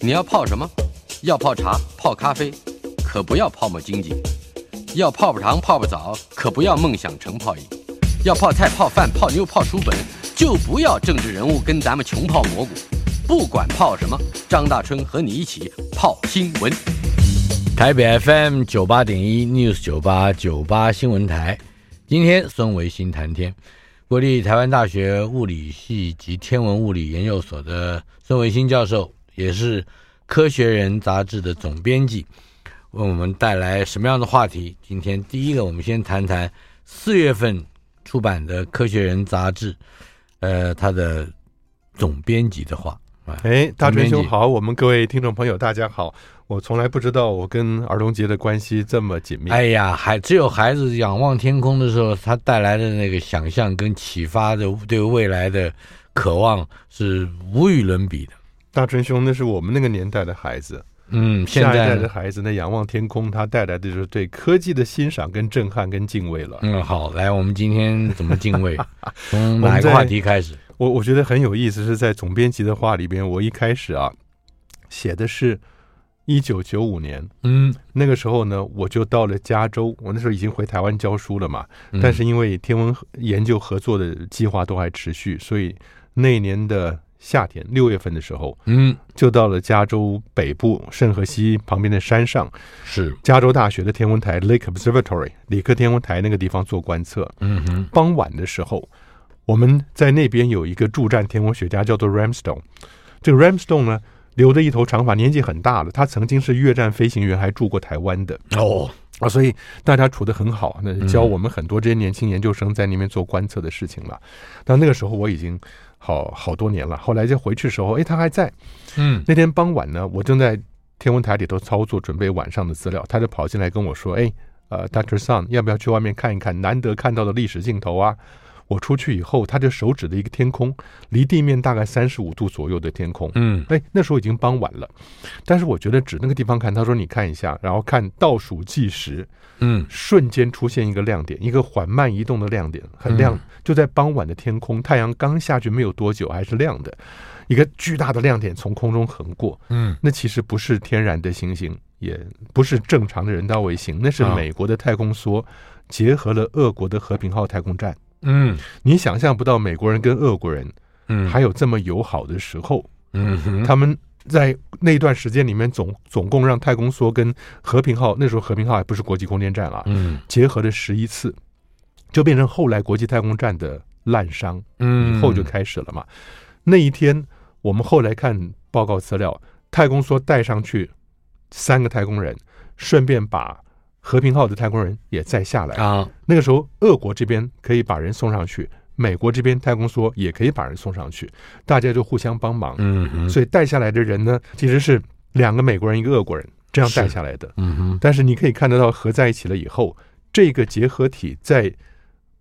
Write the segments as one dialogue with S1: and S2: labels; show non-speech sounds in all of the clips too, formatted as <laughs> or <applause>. S1: 你要泡什么？要泡茶、泡咖啡，可不要泡沫经济；要泡泡糖、泡泡澡，可不要梦想成泡影；要泡菜、泡饭、泡妞、泡书本，就不要政治人物跟咱们穷泡蘑菇。不管泡什么，张大春和你一起泡新闻。
S2: 台北 FM 九八点一 News 九八九八新闻台，今天孙维新谈天，国立台湾大学物理系及天文物理研究所的孙维新教授，也是《科学人》杂志的总编辑，为我们带来什么样的话题？今天第一个，我们先谈谈四月份出版的《科学人》杂志，呃，它的总编辑的话，啊
S3: 哎，大
S2: 总编
S3: 春兄
S2: 辑
S3: 好，我们各位听众朋友大家好。我从来不知道我跟儿童节的关系这么紧密。
S2: 哎呀，还只有孩子仰望天空的时候，他带来的那个想象跟启发的对未来的渴望是无与伦比的。
S3: 大春兄，那是我们那个年代的孩子，
S2: 嗯，现
S3: 下一
S2: 在
S3: 代
S2: 呢
S3: 的孩子呢，仰望天空，他带来的就是对科技的欣赏、跟震撼、跟敬畏了。
S2: 嗯好，来，我们今天怎么敬畏？从
S3: 我
S2: 哪
S3: 们
S2: 个
S3: 在
S2: 话题开始？
S3: 我我觉得很有意思，是在总编辑的话里边，我一开始啊写的是一九九五年。
S2: <laughs> 嗯，
S3: 那个时候呢，我就到了加州。我那时候已经回台湾教书了嘛，
S2: 嗯
S3: 但是因为天文研究合作的计划都还持续，所以那一年的夏天六月份的时候，
S2: 嗯
S3: 就到了加州北部圣荷西旁边的山上，
S2: 是
S3: 加州大学的天文台 Lake Observatory 理科天文台那个地方做观测。
S2: 嗯哼
S3: 傍晚的时候，我们在那边有一个驻站天文学家叫做 Ramstone，这个 Ramstone 呢留着一头长发，年纪很大了，他曾经是越战飞行员，还住过台湾的。
S2: 哦嗯
S3: 啊，所以大家处得很好，那教我们很多这些年轻研究生在那边做观测的事情了。但那个时候我已经好好多年了，后来就回去的时候，诶，他还在。
S2: 嗯
S3: 那天傍晚呢，我正在天文台里头操作，准备晚上的资料，他就跑进来跟我说：“诶，呃，Dr. Sun，要不要去外面看一看？难得看到的历史镜头啊！”我出去以后，他就手指了一个天空，离地面大概三十五度左右的天空。
S2: 嗯
S3: 哎，那时候已经傍晚了，但是我觉得指那个地方看，他说你看一下，然后看倒数计时，
S2: 嗯
S3: 瞬间出现一个亮点，一个缓慢移动的亮点，很亮，
S2: 嗯
S3: 就在傍晚的天空，太阳刚下去没有多久，还是亮的，一个巨大的亮点从空中横过。
S2: 嗯
S3: 那其实不是天然的行星，也不是正常的人造卫星，那是
S2: 啊
S3: 美国的太空梭结合了俄国的和平号太空站。
S2: 嗯
S3: 你想象不到美国人跟俄国人
S2: 嗯，
S3: 还有这么友好的时候，
S2: 嗯哼
S3: 他们。在那段时间里面总，总共让太空梭跟和平号，那时候和平号还不是国际空间站啊，
S2: 嗯
S3: 结合了十一次，就变成后来国际太空站的滥觞，
S2: 嗯
S3: 以后就开始了嘛。那一天，我们后来看报告资料，太空梭带上去三个太空人，顺便把和平号的太空人也载下来。
S2: 啊
S3: 那个时候，俄国这边可以把人送上去，美国这边太空梭也可以把人送上去，大家就互相帮忙。
S2: 嗯哼
S3: 所以带下来的人呢，其实是两个美国人，一个俄国人，这样带
S2: 是
S3: 下来的。
S2: 嗯哼
S3: 但是你可以看得到合在一起了以后，这个结合体在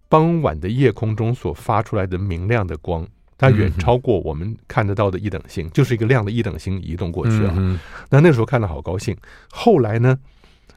S3: 傍晚的夜空中所发出来的明亮的光，它远
S2: 嗯哼
S3: 超过我们看得到的一等星，就是一个亮的一等星移动过去啊。
S2: 嗯哼
S3: 那那个时候看了好高兴。后来呢，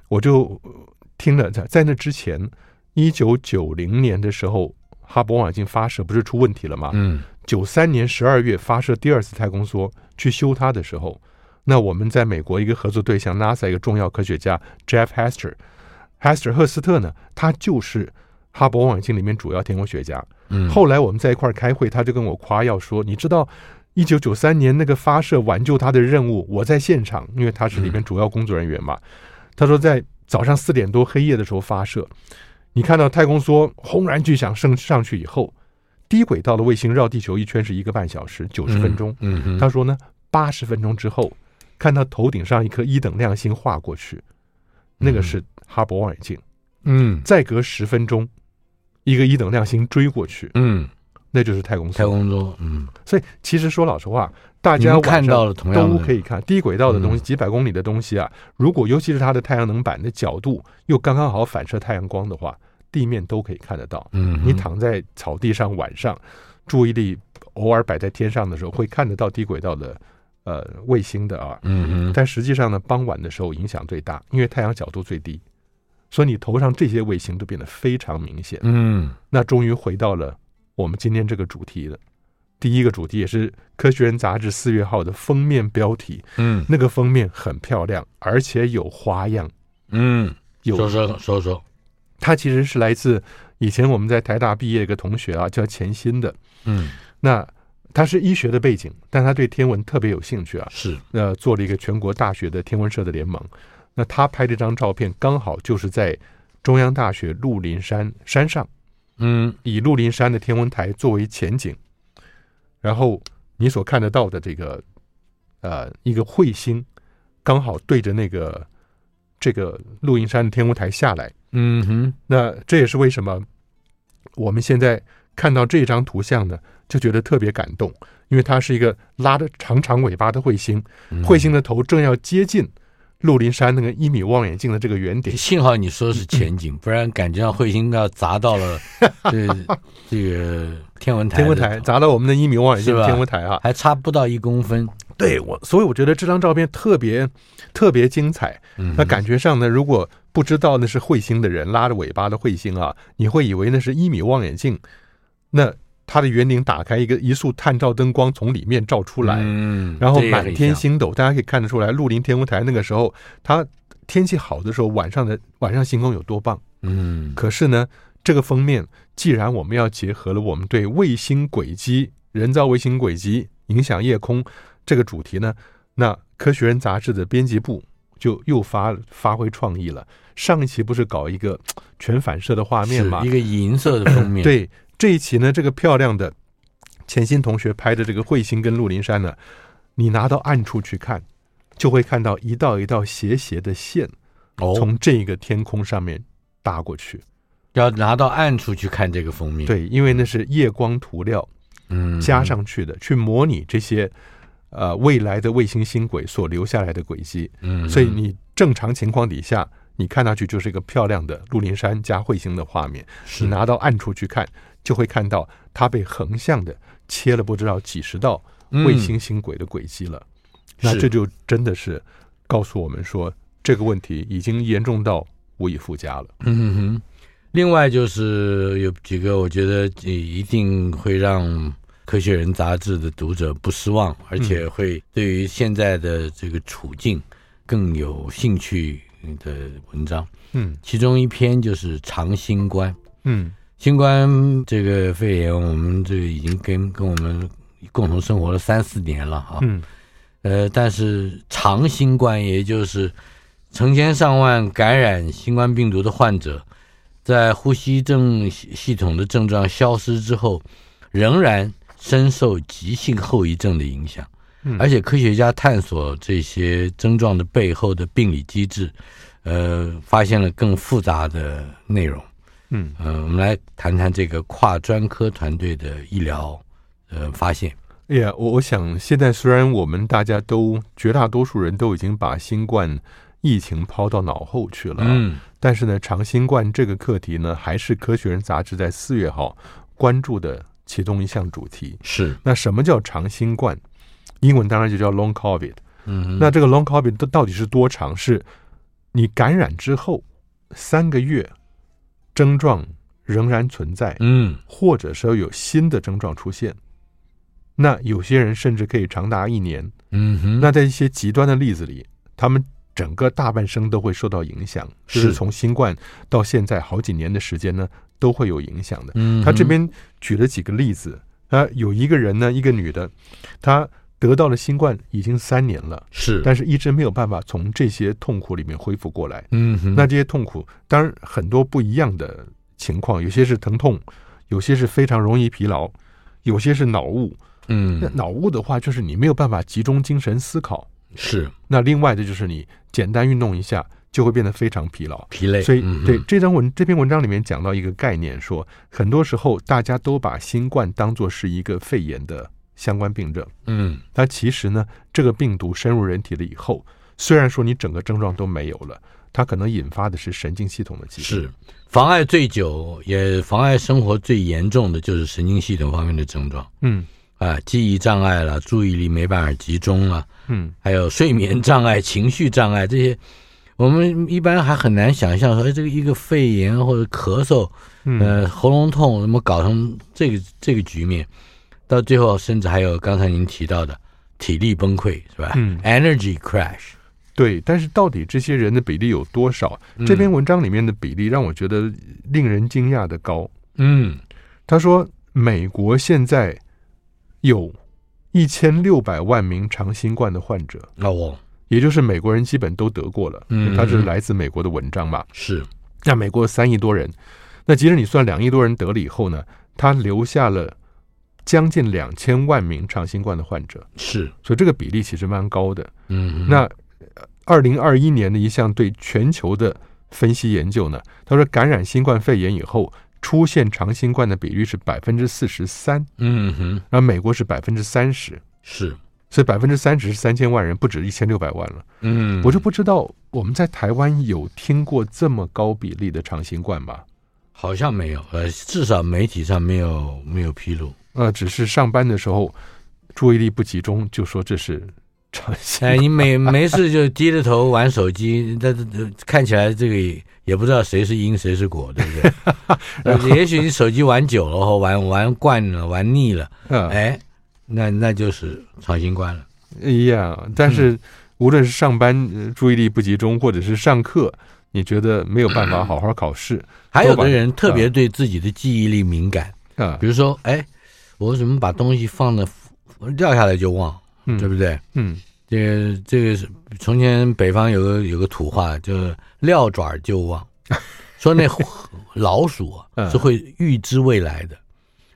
S3: 我就呃听了，在在那之前，一九九零年的时候，哈勃望远镜发射不是出问题了吗？
S2: 嗯
S3: 九三年十二月发射第二次太空梭去修它的时候，那我们在美国一个合作对象 NASA 一个重要科学家 Jeff Hester，Hester 赫斯特呢，他就是哈勃望远镜里面主要天文学家。
S2: 嗯
S3: 后来我们在一块儿开会，他就跟我夸耀说：“你知道，一九九三年那个发射挽救他的任务，我在现场，因为他是里
S2: 嗯
S3: 面主要工作人员嘛。”他说，在早上四点多黑夜的时候发射，你看到太空梭轰然巨响升上去以后，低轨道的卫星绕地球一圈是一个半小时九十分钟。
S2: 嗯哼
S3: 他说呢，八十分钟之后，看到头顶上一颗一等亮星划过去，那个是哈勃望远镜。
S2: 嗯
S3: 再隔十分钟，一个一等亮星追过去。
S2: 嗯
S3: 那就是太空
S2: 太
S3: 梭。
S2: 空中，嗯，
S3: 所以其实说老实话，大
S2: 你
S3: 家
S2: 们
S3: 晚上
S2: 看到了同样
S3: 都
S2: 的
S3: 可以看低轨道的东西，
S2: 嗯
S3: 几百公里的东西啊，如果尤其是它的太阳能板的角度又刚刚好反射太阳光的话，地面都可以看得到。
S2: 嗯，
S3: 你躺在草地上，晚上注意力偶尔摆在天上的时候，会看得到低轨道的呃卫星的啊。
S2: 嗯哼，
S3: 但实际上呢，傍晚的时候影响最大，因为太阳角度最低，所以你头上这些卫星都变得非常明显。
S2: 嗯
S3: 那终于回到了我们今天这个主题了。第一个主题也是《科学人》杂志四月号的封面标题，
S2: 嗯
S3: 那个封面很漂亮，而且有花样，
S2: 嗯，
S3: 有
S2: 说说说说，
S3: 它其实是来自以前我们在台大毕业一个同学啊，叫钱新的。
S2: 嗯，
S3: 那他是医学的背景，但他对天文特别有兴趣啊。
S2: 是，
S3: 呃，做了一个全国大学的天文社的联盟。那他拍这张照片，刚好就是在中央大学鹿林山山上，
S2: 嗯
S3: 以鹿林山的天文台作为前景，然后你所看得到的这个呃一个彗星，刚好对着那个这个鹿林山的天文台下来。
S2: 嗯哼，
S3: 那这也是为什么我们现在看到这张图像呢，就觉得特别感动，因为它是一个拉着长长尾巴的彗星，
S2: 嗯
S3: 彗星的头正要接近鹿林山那个一米望远镜的这个圆点。
S2: 幸好你说是前 <laughs> 景，不然感觉到彗星要砸到
S3: <laughs>
S2: 了这这个天文台的，
S3: 天文台砸到我们的一米望远镜
S2: 是吧
S3: 天文台啊！
S2: 还差不到一公分，
S3: 对我，所以我觉得这张照片特别特别精彩。
S2: 嗯哼，
S3: 那感觉上呢，如果不知道那是彗星的人拉着尾巴的彗星啊，你会以为那是一米望远镜，那它的圆顶打开一个一束探照灯光从里面照出来，
S2: 嗯，
S3: 然后
S2: 这也很
S3: 满天
S2: 像，
S3: 星斗，大家可以看得出来，鹿林天文台那个时候，它天气好的时候，晚上的晚上星空有多棒。
S2: 嗯
S3: 可是呢，这个封面，既然我们要结合了我们对卫星轨迹、人造卫星轨迹影响夜空这个主题呢，那《科学人》杂志的编辑部就又发发挥创意了。上一期不是搞一个嘖全反射的画面
S2: 是
S3: 吗
S2: 一？个银色的封面，，
S3: 对，这一期呢，这个漂亮的钱新同学拍的这个彗星跟鹿林山呢，你拿到暗处去看，就会看到一道一道斜斜的线
S2: 哦，
S3: 从这个天空上面搭过去。
S2: 要拿到暗处去看这个封面，，
S3: 对，因为那是夜光涂料
S2: 嗯，
S3: 加上去的，去模拟这些呃未来的卫星星轨所留下来的轨迹。
S2: 嗯，嗯，
S3: 所以你正常情况底下，你看上去就是一个漂亮的鹿林山加彗星的画面。
S2: 是
S3: 你拿到暗处去看，就会看到它被横向的切了不知道几十道卫
S2: 嗯
S3: 星星轨的轨迹了。那
S2: 是
S3: 这就真的是告诉我们说，这个问题已经严重到无以复加了。
S2: 嗯哼，另外就是有几个，我觉得呃一定会让《科学人》杂志的读者不失望，而且会对于现在的这个处境更有兴趣的文章。
S3: 嗯
S2: 其中一篇就是长新冠，
S3: 嗯
S2: 新冠这个肺炎，我们这个已经跟跟我们共同生活了三四年了啊。
S3: 嗯
S2: 呃，但是长新冠，也就是成千上万感染新冠病毒的患者，在呼吸症系系统的症状消失之后，仍然深受急性后遗症的影响。
S3: 嗯
S2: 而且科学家探索这些症状的背后的病理机制，呃，发现了更复杂的内容。
S3: 嗯
S2: 呃，我们来谈谈这个跨专科团队的医疗呃发现。
S3: 哎呀，我我想现在虽然我们大家都绝大多数人都已经把新冠疫情抛到脑后去了啊，
S2: 嗯
S3: 但是呢，长新冠这个课题呢，还是《科学人》杂志在四月号关注的其中一项主题。
S2: 是，
S3: 那什么叫长新冠？英文当然就叫 long COVID。
S2: 嗯，
S3: 那这个 long COVID 它到底是多长？是你感染之后三个月症状仍然存在，
S2: 嗯
S3: 或者说有新的症状出现。那有些人甚至可以长达一年。
S2: 嗯哼，
S3: 那在一些极端的例子里，他们整个大半生都会受到影响，就是
S2: 是
S3: 从新冠到现在好几年的时间呢，都会有影响的。
S2: 嗯哼，
S3: 他这边举了几个例子，啊，有一个人呢，一个女的，她得到了新冠已经三年了，
S2: 是，
S3: 但是一直没有办法从这些痛苦里面恢复过来。
S2: 嗯哼，
S3: 那这些痛苦，当然很多不一样的情况，有些是疼痛，有些是非常容易疲劳，有些是脑雾。那
S2: 嗯
S3: 脑雾的话，就是你没有办法集中精神思考。
S2: 是
S3: 那另外的就是你简单运动一下，就会变得非常疲劳。
S2: 疲累，
S3: 所以
S2: 嗯，
S3: 对
S2: 嗯
S3: 这张文这篇文章里面讲到一个概念说，很多时候大家都把新冠当作是一个肺炎的相关病症，
S2: 嗯
S3: 但其实呢，这个病毒深入人体了以后，虽然说你整个症状都没有了，它可能引发的是神经系统的疾病。
S2: 是妨碍最久也妨碍生活最严重的就是神经系统方面的症状
S3: 嗯
S2: 啊，记忆障碍了，注意力没办法集中了，
S3: 嗯
S2: 还有睡眠障碍、 <laughs> 情绪障碍这些，我们一般还很难想象说，哎，这个一个肺炎或者咳嗽，
S3: 嗯，
S2: 呃，喉咙痛怎么搞成这个这个局面？到最后，甚至还有刚才您提到的体力崩溃，是吧？
S3: 嗯
S2: e n e r g y crash，
S3: 对。但是到底这些人的比例有多少？
S2: 嗯
S3: 这篇文章里面的比例让我觉得令人惊讶的高。
S2: 嗯
S3: 他说，美国现在有一千六百万名长新冠的患者。
S2: 那我
S3: 也就是美国人基本都得过了，
S2: 嗯
S3: 它是来自美国的文章嘛。
S2: 是
S3: 那美国三亿多人，那即使你算两亿多人得了以后呢，它留下了将近两千万名长新冠的患者，
S2: 是，
S3: 所以这个比例其实蛮高的。
S2: 嗯，
S3: 那二零二一年的一项对全球的分析研究呢，他说感染新冠肺炎以后出现长新冠的比率是百分之四十三，
S2: 嗯哼
S3: 而美国是百分之三十，
S2: 是，
S3: 所以百分之三十是三千万人，不止一千六百万了。
S2: 嗯，
S3: 我就不知道我们在台湾有听过这么高比例的长新冠吧？
S2: 好像没有，呃，至少媒体上没有没有披露。
S3: 呃，只是上班的时候注意力不集中，就说这是长新
S2: 哎，
S3: 冠。
S2: 你没没事就低着头玩手机，但是呃看起来这个也不知道谁是因谁是果，对 <laughs> 不对？呃也许你手机玩久了或玩玩惯了、玩腻了，
S3: 呃 <laughs>
S2: 哎，那那就是长新冠了。
S3: 哎呀，但
S2: 嗯
S3: 是无论是上班、呃注意力不集中，或者是上课，你觉得没有
S2: 嗯
S3: 办法好好考试
S2: 还有
S3: 多
S2: 的
S3: 吧
S2: 人特别对自己的记忆力敏感，
S3: 啊
S2: 比？如说，哎，我怎么把东西放的掉下来就忘，
S3: 嗯
S2: 对不对？
S3: 嗯
S2: 这个这个是从前北方有个有个土话，就是撂爪儿就忘，
S3: <laughs>
S2: 说那老鼠啊
S3: 嗯
S2: 是会预知未来的，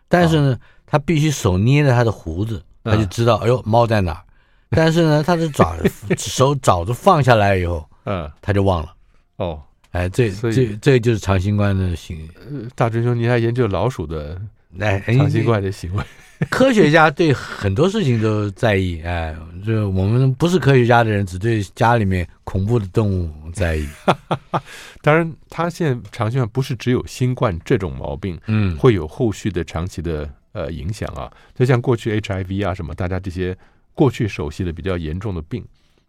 S2: 但是呢，它必须手捏着它的胡子，它就知道，哎呦，猫在哪儿。但是呢，它的爪手爪子放下来以后，
S3: 呃
S2: 它就忘了。
S3: 哦，
S2: 哎，这
S3: 所以
S2: 这这就是长新冠的行，
S3: 呃大春兄，您还研究老鼠的
S2: 嗯哎，
S3: <laughs> 长新冠的行为？
S2: <laughs>
S3: <laughs>
S2: 科学家对很多事情都在意，哎，这我们不是科学家的人，只对家里面恐怖的动物在意。
S3: 当然，他现在长新冠不是只有新冠这种毛病，
S2: 嗯，
S3: 会有后续的长期的呃影响啊。就像过去 HIV 啊什么，大家这些过去熟悉的比较严重的病，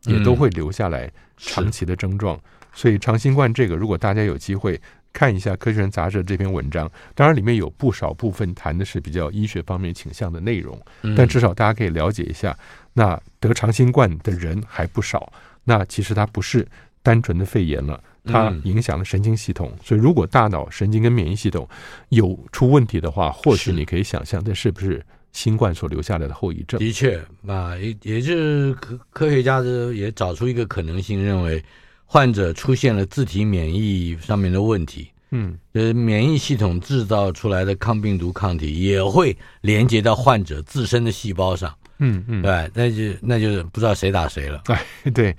S3: 也都会留下来长期的症状。所以长新冠这个，如果大家有机会看一下《科学人》杂志这篇文章，当然里面有不少部分谈的是比较医学方面倾向的内容，
S2: 嗯
S3: 但至少大家可以了解一下，那得长新冠的人还不少。那其实它不是单纯的肺炎了，它
S2: 嗯
S3: 影响了神经系统。所以如果大脑、神经跟免疫系统有出问题的话，或许
S2: 是
S3: 你可以想象这是不是新冠所留下来的后遗症。
S2: 的确啊，也也就是科科学家的也找出一个可能性，认为患者出现了自体免疫上面的问题，
S3: 嗯
S2: 就是免疫系统制造出来的抗病毒抗体也会连接到患者自身的细胞上，
S3: 嗯
S2: 对
S3: 嗯，
S2: 吧？那就那就是不知道谁打谁了。
S3: <laughs> 对。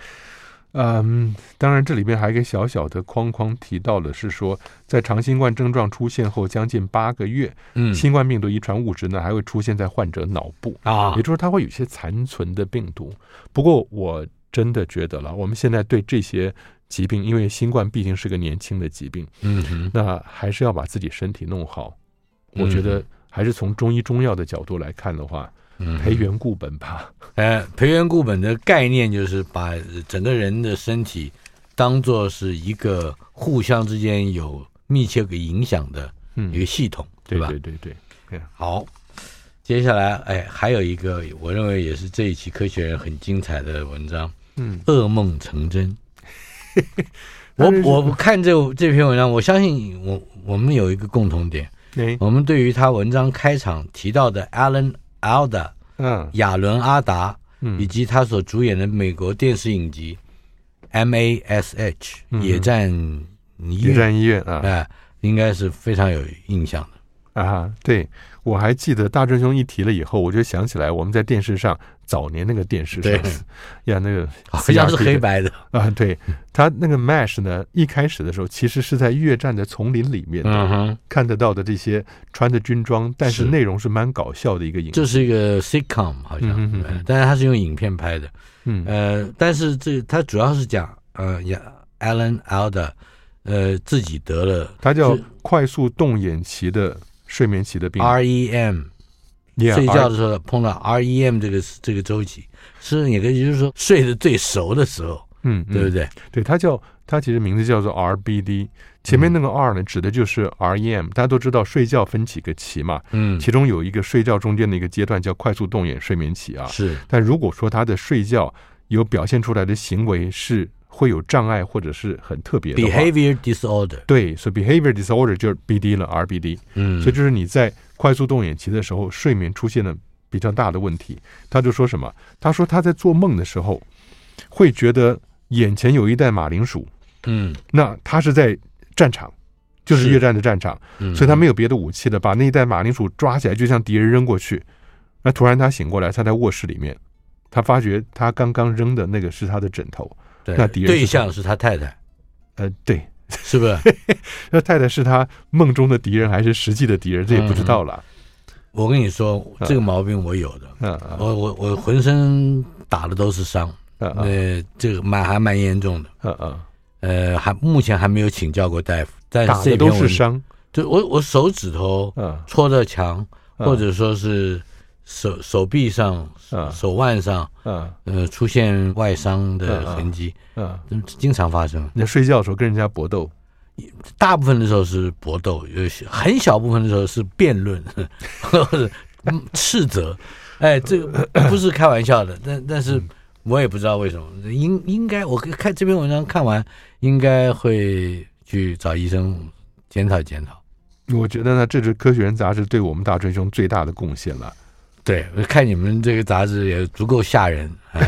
S3: 嗯，当然，这里面还有一个小小的框框提到了，是说在长新冠症状出现后将近八个月，
S2: 嗯
S3: 新冠病毒遗传物质呢还会出现在患者脑部。
S2: 啊
S3: 也，就是它会有一些残存的病毒。不过我真的觉得了，我们现在对这些疾病，因为新冠毕竟是个年轻的疾病，
S2: 嗯哼，
S3: 那还是要把自己身体弄好。
S2: 嗯
S3: 我觉得还是从中医中药的角度来看的话，
S2: 嗯
S3: 培元固本吧。
S2: 呃，培元固本的概念就是把整个人的身体当做是一个互相之间有密切的影响的
S3: 嗯
S2: 一，个系统，
S3: 对
S2: 吧？
S3: 对对对，
S2: 好，接下来，哎，还有一个我认为也是这一期《科学人》很精彩的文章，
S3: 嗯，
S2: 噩梦成
S3: <laughs>
S2: 真。我
S3: 但是
S2: 我看这这篇文章，我相信我我们有一个共同点，
S3: 哎，
S2: 我们对于他文章开场提到的 Alan Alda
S3: 嗯
S2: 亚伦阿达以
S3: 嗯
S2: 及他所主演的美国电视影集《M.A.S.H.
S3: 嗯
S2: 野战医
S3: 野
S2: 院》
S3: 战医院啊
S2: 哎，应该是非常有印象的。
S3: 啊，对我还记得大真兄一提了以后，我就想起来我们在电视上早年那个电视
S2: 对
S3: 上呀，那个
S2: 好像是
S3: CRT 的
S2: 黑白的，
S3: 啊，对，它那个 Mesh 呢，一开始的时候其实是在越战的丛林里面的
S2: 嗯哼，
S3: 看得到的这些穿着军装，但是
S2: 是
S3: 内容是蛮搞笑的一个影
S2: 这是一个 sitcom 好像
S3: 嗯哼嗯，哼
S2: 呃但是它是用影片拍的，
S3: 嗯
S2: 呃，但是这它主要是讲呃亚 Alan Alda，呃自己得了
S3: 它叫
S2: 是
S3: 快速动眼期的睡眠期的病
S2: REM，
S3: Yeah，
S2: E 睡觉
S3: R-
S2: 的时候碰到 REM 这个这个周期，是也可以就是说睡得最熟的时候，
S3: 嗯，
S2: 对不
S3: 嗯
S2: 对？
S3: 对，它叫它其实名字叫做 RBD，前面那
S2: 嗯
S3: 个 R 呢指的就是 REM，大家都知道睡觉分几个期嘛，
S2: 嗯，
S3: 其中有一个睡觉中间的一个阶段叫快速动眼睡眠期啊，
S2: 是
S3: 但如果说他的睡觉有表现出来的行为是会有障碍或者是很特别的话
S2: behavior disorder，
S3: 对，所以 behavior disorder 就是 BD 了，RBD，、
S2: 嗯，
S3: 所以就是你在快速动眼期的时候，睡眠出现了比较大的问题。他就说什么？他说他在做梦的时候会觉得眼前有一袋马铃薯，
S2: 嗯
S3: 那他是在战场。就是
S2: 是
S3: 越战的战场，
S2: 嗯，
S3: 所以他没有别的武器了，把那一袋马铃薯抓起来，就像敌人扔过去。那突然他醒过来，他在卧室里面，他发觉他刚刚扔的那个是他的枕头。
S2: 对
S3: 那敌人是
S2: 对象是他太太，
S3: 呃，对，
S2: 是不是？
S3: <laughs> 那太太是他梦中的敌人还是实际的敌人，这也不知道了。
S2: 我跟你说，
S3: 嗯
S2: 这个毛病我有的，
S3: 嗯嗯
S2: 我我我浑身打的都是伤，
S3: 嗯嗯
S2: 呃，这个蛮还蛮严重的，
S3: 嗯嗯，
S2: 呃，还目前还没有请教过大夫，但
S3: 打
S2: 是这
S3: 的都
S2: 篇
S3: 是
S2: 文，
S3: 伤。
S2: 就我我手指头
S3: 嗯
S2: 戳到墙，
S3: 嗯
S2: 或者说是手手臂上、
S3: 嗯
S2: 手腕上，
S3: 嗯
S2: 呃，出现外伤
S3: 嗯
S2: 的
S3: 嗯
S2: 痕迹，
S3: 嗯，
S2: 嗯经常发生。
S3: 你在睡觉的时候跟人家搏斗，
S2: 大部分的时候是搏斗，有些很小部分的时候是辩论 <laughs> 或者嗯斥责。哎，这
S3: <coughs>
S2: 个不是开玩笑的，但但
S3: 嗯
S2: 是我也不知道为什么，应应该我看这篇文章看完，应该会去找医生检讨检讨。
S3: 我觉得呢，这是《科学人》杂志对我们大追兄最大的贡献了。
S2: 对，看你们这个杂志也足够吓人。啊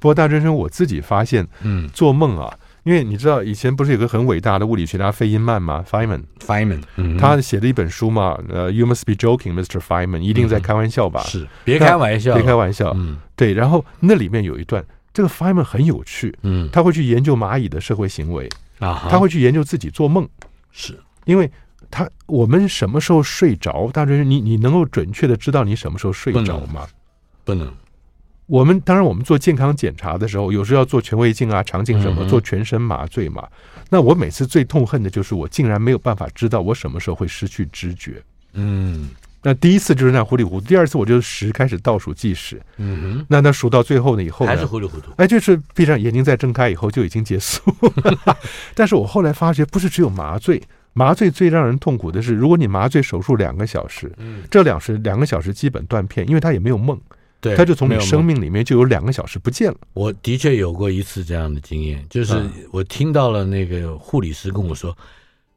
S3: 不过大追兄我自己发现
S2: 嗯
S3: 做梦啊，因为你知道以前不是有个很伟大的物理学家费因曼吗？Feynman，
S2: ，Feynman，嗯
S3: 他写了一本书嘛，呃，You must be joking, Mr. Feynman，一定在开玩笑吧？
S2: 嗯是别开玩笑，
S3: 别开玩笑。
S2: 嗯
S3: 对，然后那里面有一段，这个 Feynman 很有趣，
S2: 嗯
S3: 他会去研究蚂蚁的社会行为，
S2: 啊哈，
S3: 他会去研究自己做梦，
S2: 是
S3: 因为他我们什么时候睡着，大追兄，你你能够准确的知道你什么时候睡
S2: 不
S3: 着
S2: 能
S3: 吗？
S2: 不能
S3: 我们当然，我们做健康检查的时候，有时候要做全胃镜啊、肠镜什么，
S2: 嗯哼
S3: 做全身麻醉嘛。那我每次最痛恨的就是，我竟然没有办法知道我什么时候会失去知觉。
S2: 嗯
S3: 那第一次就是那样糊里糊涂，第二次我就十开始倒数计时，
S2: 嗯
S3: 那那数到最后呢以
S2: 哼，
S3: 后
S2: 还是
S3: 呢，
S2: 糊里糊涂，
S3: 哎，就是闭上眼睛再睁开以后就已经结束。 <laughs> 但是我后来发觉，不是只有麻醉，麻醉最让人痛苦的是，如果你麻醉手术两个小时，
S2: 嗯，
S3: 这两时两个小时基本断片，因为他也没有梦，
S2: 对，
S3: 他就从
S2: 没
S3: 你
S2: 有
S3: 生
S2: 梦
S3: 命里面就有两个小时不见了。
S2: 我的确有过一次这样的经验，就是
S3: 嗯
S2: 我听到了那个护理师跟我说，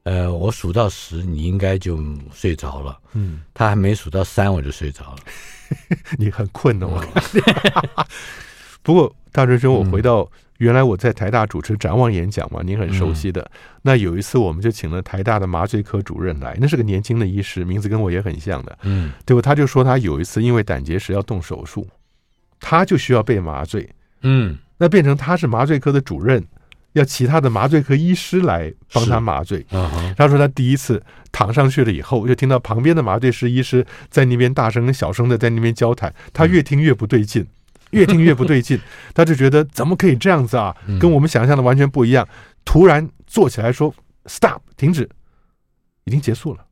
S2: 呃，我数到十，你应该就睡着了。
S3: <laughs> 嗯。
S2: 他还没数到三，我就睡着了。
S3: 你很困的，我
S2: 嗯
S3: 看。 <laughs> 不过大春兄，我回到原来我在台大主持展望演讲嘛，您很熟悉的。
S2: 嗯
S3: 那有一次我们就请了台大的麻醉科主任来，那是个年轻的医师，名字跟我也很像的。
S2: 嗯，
S3: 结果他就说他有一次因为胆结石要动手术，他就需要被麻醉，
S2: 嗯，
S3: 那变成他是麻醉科的主任，要其他的麻醉科医师来帮他
S2: 是
S3: 麻醉。
S2: 啊哈，
S3: 他说他第一次躺上去了以后，就听到旁边的麻醉师、医师在那边大声、小声的在那边交谈，
S2: 嗯
S3: 他越听越不
S2: <laughs>
S3: 对劲。越听越不对劲，他就觉得怎么可以这样子啊，
S2: 嗯
S3: 跟我们想象的完全不一样。突然坐起来说：“Stop，停止，已经结束了。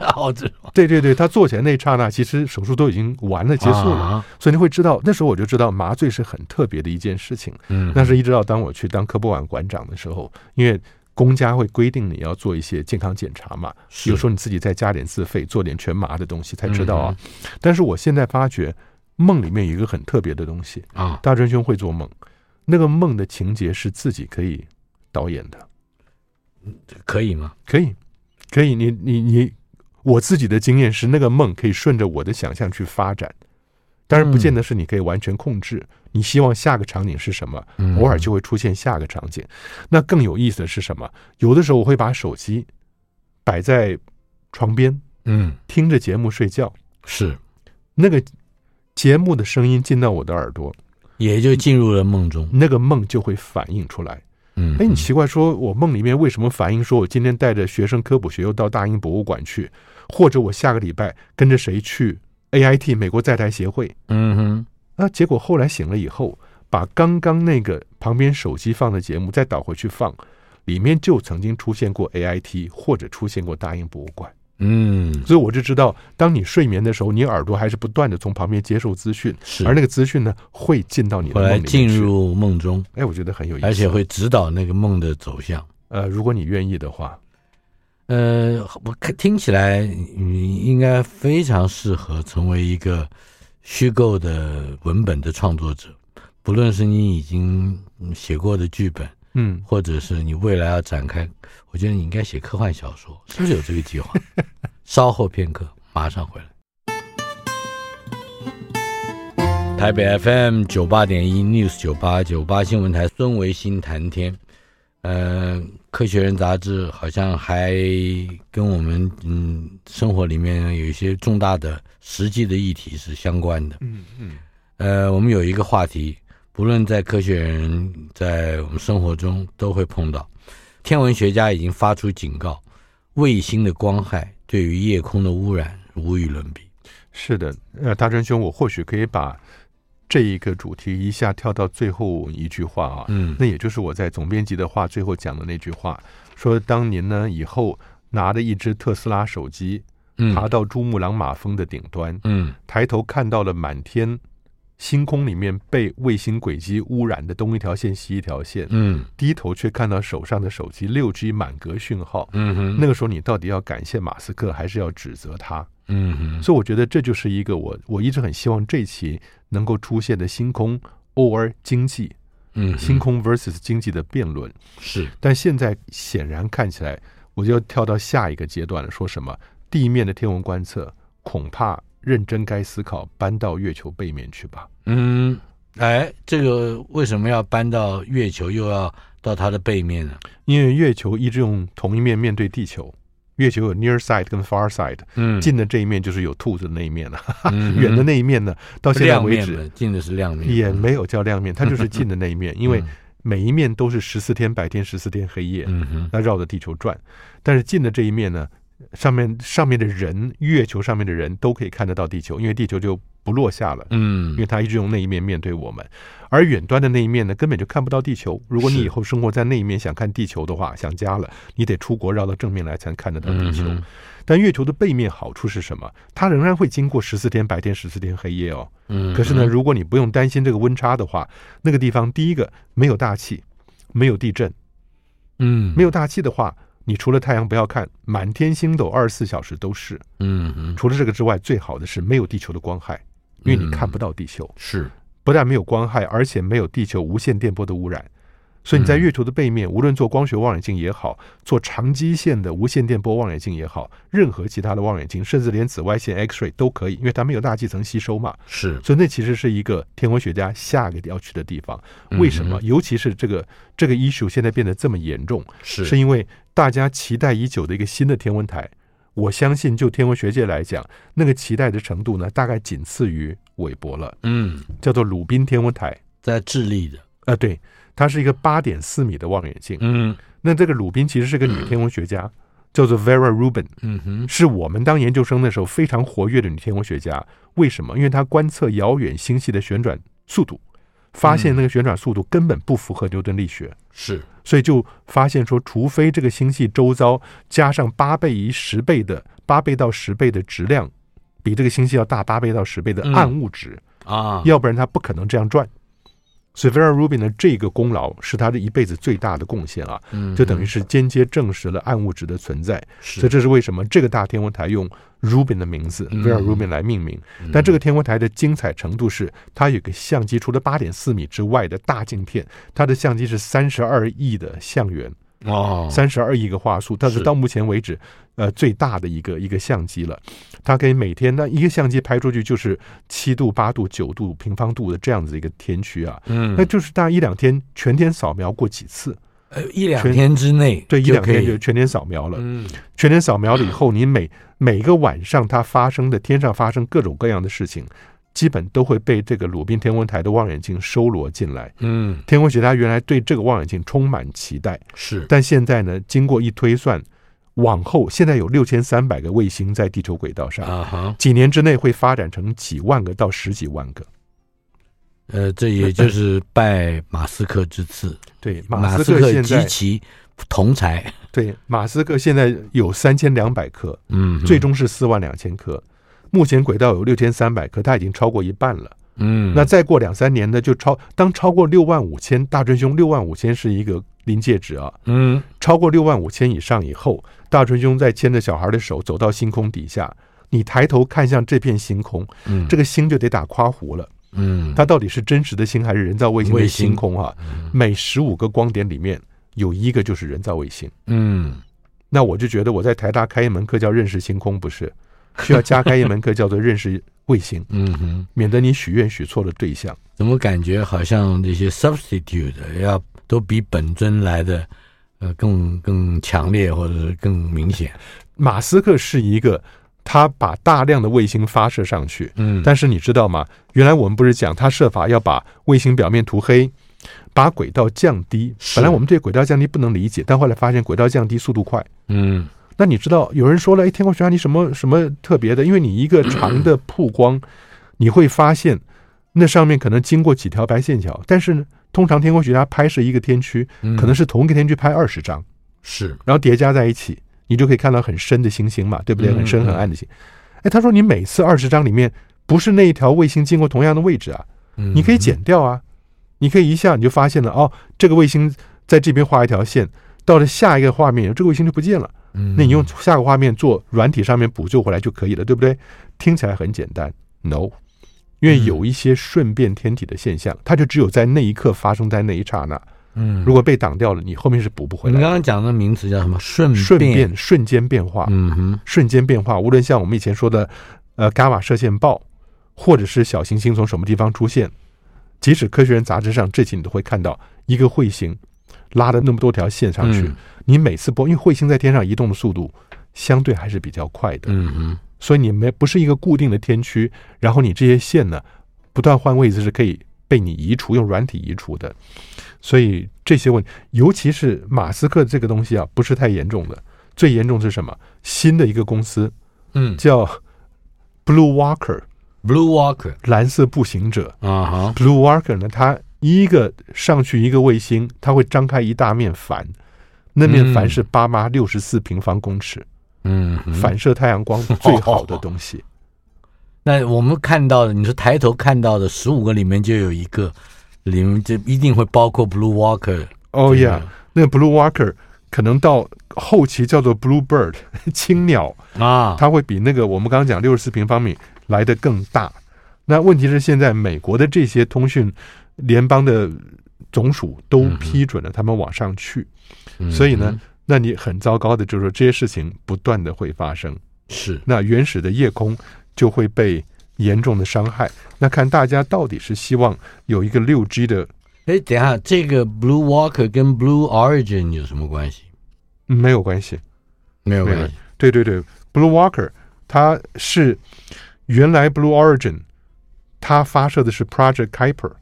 S2: <laughs> 哦，这”
S3: 对对对，他坐起来那一刹那，其实手术都已经完了， <laughs> 结束了。
S2: 啊
S3: 所以你会知道，那时候我就知道麻醉是很特别的一件事情。
S2: 嗯，
S3: 那是一直到当我去当科博馆馆长的时候，因为公家会规定你要做一些健康检查嘛，
S2: 是
S3: 有时候你自己再加点自费，做点全麻的东西才知道
S2: 嗯
S3: 啊。但是我现在发觉，梦里面有一个很特别的东西，
S2: 啊，
S3: 大真兄会做梦，那个梦的情节是自己可以导演的，
S2: 可以吗？
S3: 可以，可以，你你你，我自己的经验是，那个梦可以顺着我的想象去发展。当然，不
S2: 嗯
S3: 见得是你可以完全控制。你希望下个场景是什么？
S2: 嗯
S3: 偶尔就会出现下个场景。那更有意思的是什么？有的时候我会把手机摆在床边，
S2: 嗯
S3: 听着节目睡觉。
S2: 是
S3: 那个节目的声音进到我的耳朵，
S2: 也就进入了梦中。
S3: 那个梦就会反映出来。
S2: 嗯，
S3: 哎，你奇怪说，我梦里面为什么反映说我今天带着学生科普学又到大英博物馆去，或者我下个礼拜跟着谁去 AIT 美国在台协会？
S2: 嗯哼，
S3: 那结果后来醒了以后，把刚刚那个旁边手机放的节目再倒回去放，里面就曾经出现过 AIT 或者出现过大英博物馆。
S2: 嗯，
S3: 所以我就知道，当你睡眠的时候，你耳朵还是不断的从旁边接受资讯，
S2: 是
S3: 而那个资讯呢，会进到你的
S2: 后
S3: 梦
S2: 来
S3: 里面去
S2: 进。入梦中，
S3: 哎，我觉得很有意思，
S2: 而且会指导那个梦的走向。
S3: 呃，如果你愿意的话，
S2: 呃，我看听起来你应该非常适合成为一个虚构的文本的创作者，不论是你已经嗯写过的剧本，
S3: 嗯，
S2: 或者是你未来要展开，我觉得你应该写科幻小说，是不是有这个计划？稍后片刻，马上回来。台北 FM 九八点一 News 九八九八新闻台，孙维新谈天。呃，《科学人》杂志好像还跟我们嗯生活里面有一些重大的实际的议题是相关的。
S3: 嗯嗯，
S2: 呃，我们有一个话题，不论在科学人，在我们生活中都会碰到。天文学家已经发出警告，卫星的光害对于夜空的污染无与伦比。
S3: 是的，呃，大川兄，我或许可以把这一个主题一下跳到最后一句话啊，
S2: 嗯
S3: 那也就是我在总编辑的话最后讲的那句话，说当您呢以后拿着一只特斯拉手机爬
S2: 嗯
S3: 到珠穆朗玛峰的顶端，
S2: 嗯
S3: 抬头看到了满天星空里面被卫星轨迹污染的东一条线西一条线，
S2: 嗯
S3: 低头却看到手上的手机六 G 满格讯号。
S2: 嗯哼，
S3: 那个时候，你到底要感谢马斯克，还是要指责他？
S2: 嗯哼
S3: 所以我觉得这就是一个我我一直很希望这一期能够出现的星空 or 经济、
S2: 嗯哼
S3: 星空 versus 经济的辩论。
S2: 是
S3: 但现在显然看起来，我就要跳到下一个阶段了。说什么地面的天文观测，恐怕认真该思考搬到月球背面去吧。
S2: 嗯，哎，这个为什么要搬到月球，又要到它的背面呢？
S3: 因为月球一直用同一面面对地球，月球有 near side 跟 far side，
S2: 嗯，
S3: 近的这一面就是有兔子的那一面了、啊
S2: 嗯哼
S3: 远的那一面呢，到现在
S2: 亮
S3: 为
S2: 面
S3: 止
S2: 嘛，嗯近的是亮面，
S3: 也没有叫亮面，它就是近的那一
S2: <laughs>
S3: 面，因为每一面都是十四天白天，十四天黑夜。
S2: 嗯哼
S3: 那绕着地球转。但是近的这一面呢，上面上面的人，月球上面的人都可以看得到地球，因为地球就不落下了。因
S2: 嗯
S3: 为它一直用那一面面对我们，而远端的那一面呢，根本就看不到地球。如果你
S2: 是
S3: 以后生活在那一面，想看地球的话，想家了，你得出国绕到正面来才看得到地
S2: 嗯
S3: 球。
S2: 哼
S3: 但月球的背面好处是什么？它仍然会经过十四天白天、十四天黑夜哦。
S2: 嗯，
S3: 可是呢，如果你不用担心这个温差的话，那个地方第一个没有大气，没有地震，
S2: 嗯
S3: 没有大气的话，你除了太阳不要看，满天星斗二十四小时都是。
S2: 嗯哼
S3: 除了这个之外，最好的是没有地球的光害，因为你
S2: 嗯
S3: 看不到地球，
S2: 是
S3: 不但没有光害，而且没有地球无线电波的污染。所以你在
S2: 嗯
S3: 月球的背面，无论做光学望远镜也好，做长基线的无线电波望远镜也好，任何其他的望远镜，甚至连紫外线 X-ray 都可以，因为它没有大气层吸收嘛。
S2: 是
S3: 所以那其实是一个天文学家下一个要去的地方。为什么？尤其是这个这个 issue 现在变得这么严重，
S2: 是
S3: 是因为大家期待已久的一个新的天文台。我相信，就天文学界来讲，那个期待的程度呢，大概仅次于韦伯了，
S2: 嗯，
S3: 叫做鲁宾天文台。
S2: 在智利的，
S3: 啊、对，它是一个八点四米的望远镜。
S2: 嗯
S3: 那这个鲁宾其实是个女天文学家，叫做 Vera Rubin。
S2: 嗯哼，
S3: 是我们当研究生的时候非常活跃的女天文学家。为什么？因为她观测遥远星系的旋转速度，发
S2: 嗯
S3: 现那个旋转速度根本不符合牛顿力学，
S2: 是
S3: 所以就发现说，除非这个星系周遭加上八倍以十倍的八倍到十倍的质量，比这个星系要大八倍到十倍的
S2: 嗯
S3: 暗物质，
S2: 啊，
S3: 要不然它不可能这样转。所以 Vera Rubin 的这个功劳是她这一辈子最大的贡献
S2: 嗯
S3: 啊，就等于是间接证实了暗物质的存在。所以
S2: 是
S3: 这是为什么这个大天文台用 Rubin 的名字
S2: 嗯
S3: Vera Rubin 来命名。但这个天文台的精彩程度是，它有个相机，除了八点四米之外的大镜片，它的相机是三十二亿的像源，
S2: 哦，
S3: 三十二亿个画素，它是
S2: 是
S3: 到目前为止呃最大的一个一个相机了。它可以每天那一个相机拍出去就是七度、八度、九度平方度的这样子一个天区啊，
S2: 嗯
S3: 那，就是大概一两天全天扫描过几次，
S2: 呃一两天之内
S3: 对，一
S2: 就
S3: 两
S2: 可
S3: 天
S2: 以
S3: 就，全天扫描了。
S2: 嗯 <coughs>
S3: 全天扫描了以后，你每每个晚上它发生的天上发生各种各样的事情，基本都会被这个鲁宾天文台的望远镜收罗进来。
S2: 嗯，
S3: 天文学家原来对这个望远镜充满期待，
S2: 是，
S3: 但现在呢，经过一推算，往后现在有六千三百个卫星在地球轨道上，
S2: 啊哈，
S3: 几年之内会发展成几万个到十几万个。
S2: 呃，这也就是拜马斯克之赐，
S3: 对，马
S2: 马
S3: 斯
S2: 斯
S3: 克
S2: 克
S3: 现
S2: 及
S3: 在
S2: 其同才，
S3: 对马斯克现在有三千两百颗，
S2: 嗯，
S3: 最，终是四万两千颗。目前轨道有六千三百颗，它已经超过一半了。
S2: 嗯，
S3: 那再过两三年呢，就超当超过六万五千，大真凶六万五千是一个临界值啊。
S2: 嗯，
S3: 超过六万五千以上以后，大春兄在牵着小孩的手走到星空底下，你抬头看向这片星空，
S2: 嗯，
S3: 这个星就得打夸弧了。
S2: 嗯，
S3: 它到底是真实的星还是人造卫星
S2: 卫
S3: 的
S2: 星嗯
S3: 星空啊？每十五个光点里面有一个就是人造卫星。
S2: 嗯，
S3: 那我就觉得我在台大开一门课叫认识星空，
S2: <laughs>
S3: 不是需要加开一门课叫做认识卫星，
S2: 嗯哼。
S3: 免得你许愿许错了对象。
S2: 怎么感觉好像这些 substitute 要都比本尊来的呃更更强烈或者是更明显？
S3: 马斯克是一个，他把大量的卫星发射上去，
S2: 嗯，
S3: 但是你知道吗？原来我们不是讲他设法要把卫星表面涂黑，把轨道降低。
S2: 是
S3: 本来我们对轨道降低不能理解，但后来发现轨道降低速度快。
S2: 嗯
S3: 那你知道有人说了，哎，天空学家你什么什么特别的？因为你一个长的曝
S2: 嗯
S3: 光，你会发现那上面可能经过几条白线条，但是呢，通常天空学家拍摄一个天区，
S2: 嗯，
S3: 可能是同一个天区拍二十张，
S2: 是
S3: 然后叠加在一起，你就可以看到很深的星星嘛，对不对？
S2: 嗯
S3: 很
S2: 嗯
S3: 深很暗的星。哎，他说你每次二十张里面不是那一条卫星经过同样的位置啊，你
S2: 你
S3: 可以减掉啊，你可以一下你就发现了哦，这个卫星在这边画一条线，到了下一个画面，这个卫星就不见了。
S2: 嗯
S3: 那你用下个画面做软体上面补救回来就可以了，对不对？听起来很简单，no，因为有一些顺变天体的现象，它就只有在那一刻发生在那一刹那，
S2: 嗯，
S3: 如果被挡掉了，你后面是补不回
S2: 你
S3: 来
S2: 刚
S3: 的。
S2: 刚讲的名词叫什么？顺
S3: 顺变瞬间变化，
S2: 嗯哼，
S3: 瞬间变化，无论像我们以前说的，呃，伽马射线暴，或者是小行星从什么地方出现，即使科学人杂志上这期你都会看到一个彗星拉了那么多条线上去，
S2: 嗯
S3: 你每次播，因为彗星在天上移动的速度相对还是比较快的，
S2: 嗯哼，
S3: 所以你没不是一个固定的天区，然后你这些线呢不断换位置是可以被你移除，用软体移除的，所以这些问题，尤其是马斯克这个东西啊，不是太严重的。最严重是什么？新的一个公司，
S2: 嗯
S3: 叫 Blue Walker
S2: ，Blue Walker
S3: 蓝色步行者。
S2: 啊哈，
S3: Blue Walker 呢，它一个上去一个卫星，它会张开一大面帆，那面
S2: 嗯
S3: 帆是八八六十四平方公尺，
S2: 嗯哼，
S3: 反射太阳光最好的东西。
S2: 那我们看到的，你说抬头看到的十五个里面就有一个，里面就一定会包括 Blue Walker。
S3: 哦呀，那个 Blue Walker 可能到后期叫做 Blue Bird <laughs> 青鸟，
S2: 啊，
S3: 它会比那个我们刚刚讲六十四平方米来的更大。那问题是现在美国的这些通讯联邦的总署都批准了他们往上去，
S2: 嗯
S3: 所以呢，那你很糟糕的就是说这些事情不断的会发生，
S2: 是
S3: 那原始的夜空就会被严重的伤害。那看大家到底是希望有一个六 G 的，
S2: 哎，等一下，这个 Blue Walker 跟 Blue Origin 有什么关系？
S3: 嗯没有关系，
S2: 没有
S3: 没有
S2: 关系。
S3: 对对对，Blue Walker 它是原来 Blue Origin 它发射的是 Project Kuiper。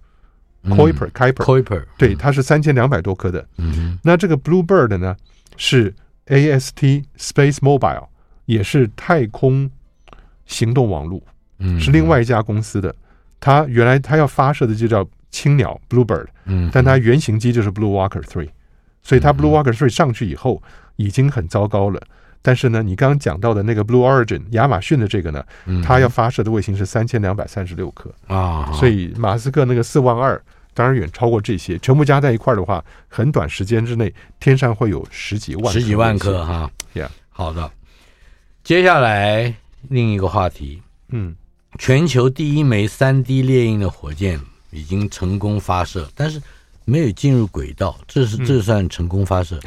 S3: Kuiper Kuiper，、
S2: 嗯 Kuiper，
S3: 对，它是三千两百多颗的。
S2: 嗯哼，
S3: 那这个 Bluebird 呢，是 AST Space Mobile，也是太空行动网络，
S2: 嗯，
S3: 是另外一家公司的。它原来它要发射的就叫青鸟 Bluebird，
S2: 嗯，
S3: 但它原型机就是 Blue Walker Three，所以它 Blue Walker Three 上去以后已经很糟糕了。但是呢，你刚刚讲到的那个 Blue Origin 亚马逊的这个呢，
S2: 嗯
S3: 它要发射的卫星是三千两百三十六颗。
S2: 啊，
S3: 所
S2: 以
S3: 以马斯克那个四万二，当然远超过这些，全部加在一块儿的话，很短时间之内，天上会有十几万
S2: 十几万颗哈。
S3: Yeah
S2: 好的，接下来另一个话题，
S3: 嗯，
S2: 全球第一枚三 D 猎鹰的火箭已经成功发射，但是没有进入轨道，这
S3: 嗯
S2: 是这算成功发射？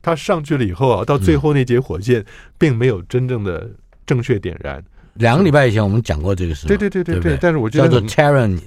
S3: 它上去了以后啊，到
S2: 嗯
S3: 最后那节火箭并没有真正的正确点燃。
S2: 两个礼拜以前我们讲过这个事，
S3: 对对对
S2: 对
S3: 对
S2: 不对，
S3: 但是我觉
S2: 叫
S3: 得
S2: 做
S3: 很
S2: Terran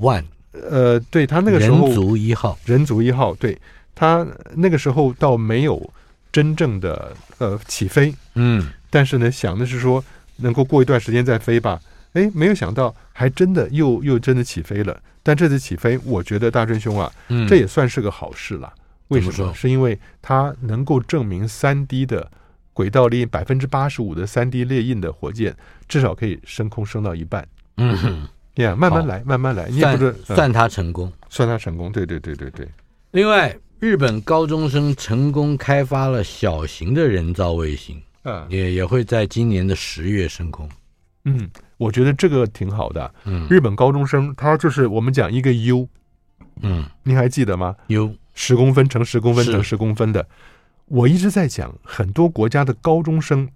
S2: One，
S3: 呃，对它那个时候
S2: 人族一号，
S3: 人族一号，对它那个时候倒没有真正的呃起飞，
S2: 嗯
S3: 但是呢，想的是说能够过一段时间再飞吧。哎，没有想到，还真的又又真的起飞了。但这次起飞，我觉得大真兄啊，
S2: 嗯，
S3: 这也算是个好事了。为什
S2: 怎么
S3: 么？
S2: 说
S3: 是因为它能够证明三 D 的轨道猎百分之八十五的三 D 猎印的火箭，至少可以升空升到一半。
S2: 嗯哼，
S3: 呀、慢慢
S2: 好
S3: 来，慢慢来，你也不
S2: 算
S3: 知道、嗯
S2: 算他成功。
S3: 算它成功。对对对对对，
S2: 另外，日本高中生成功开发了小型的人造卫星，
S3: 嗯
S2: 也也会在今年的十月升空。
S3: 嗯，我觉得这个挺好的。
S2: 嗯
S3: 日本高中生他就是我们讲一个 U，
S2: 嗯，
S3: 你还记得吗？
S2: 有
S3: 十公分乘十公分
S2: 是
S3: 乘十公分的。我一直在讲，很多国家的高中生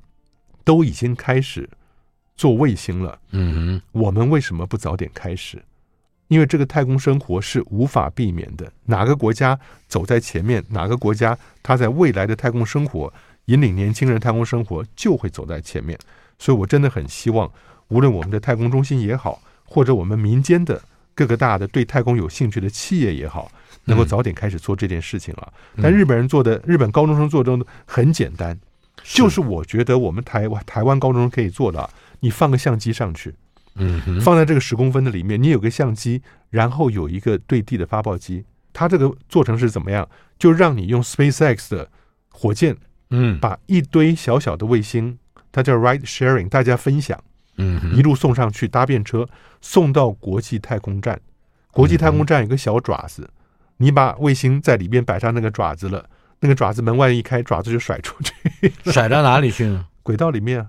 S3: 都已经开始做卫星了，
S2: 嗯
S3: 我们为什么不早点开始？因为这个太空生活是无法避免的，哪个国家走在前面，哪个国家它在未来的太空生活引领年轻人太空生活就会走在前面。所以我真的很希望，无论我们的太空中心也好，或者我们民间的各个大的对太空有兴趣的企业也好，能够早点开始做这件事情了。
S2: 嗯
S3: 但日本人做的，日本高中生做的很简单，就是我觉得我们台湾台湾高中生可以做的啊，你放个相机上去，
S2: 哼嗯哼，
S3: 放在这个十公分的里面，你有个相机，然后有一个对地的发报机。它这个做成是怎么样？就让你用 SpaceX 的火箭
S2: 嗯
S3: 把一堆小小的卫星，它叫 Ride Sharing，大家分享，
S2: 嗯哼
S3: 一路送上去，搭便车送到国际太空站。国际太空站有个小爪
S2: 嗯
S3: 子，你把卫星在里面摆上那个爪子了，那个爪子门外一开，爪子就甩出去 <laughs>
S2: 甩到哪里去呢？
S3: 轨道里面啊，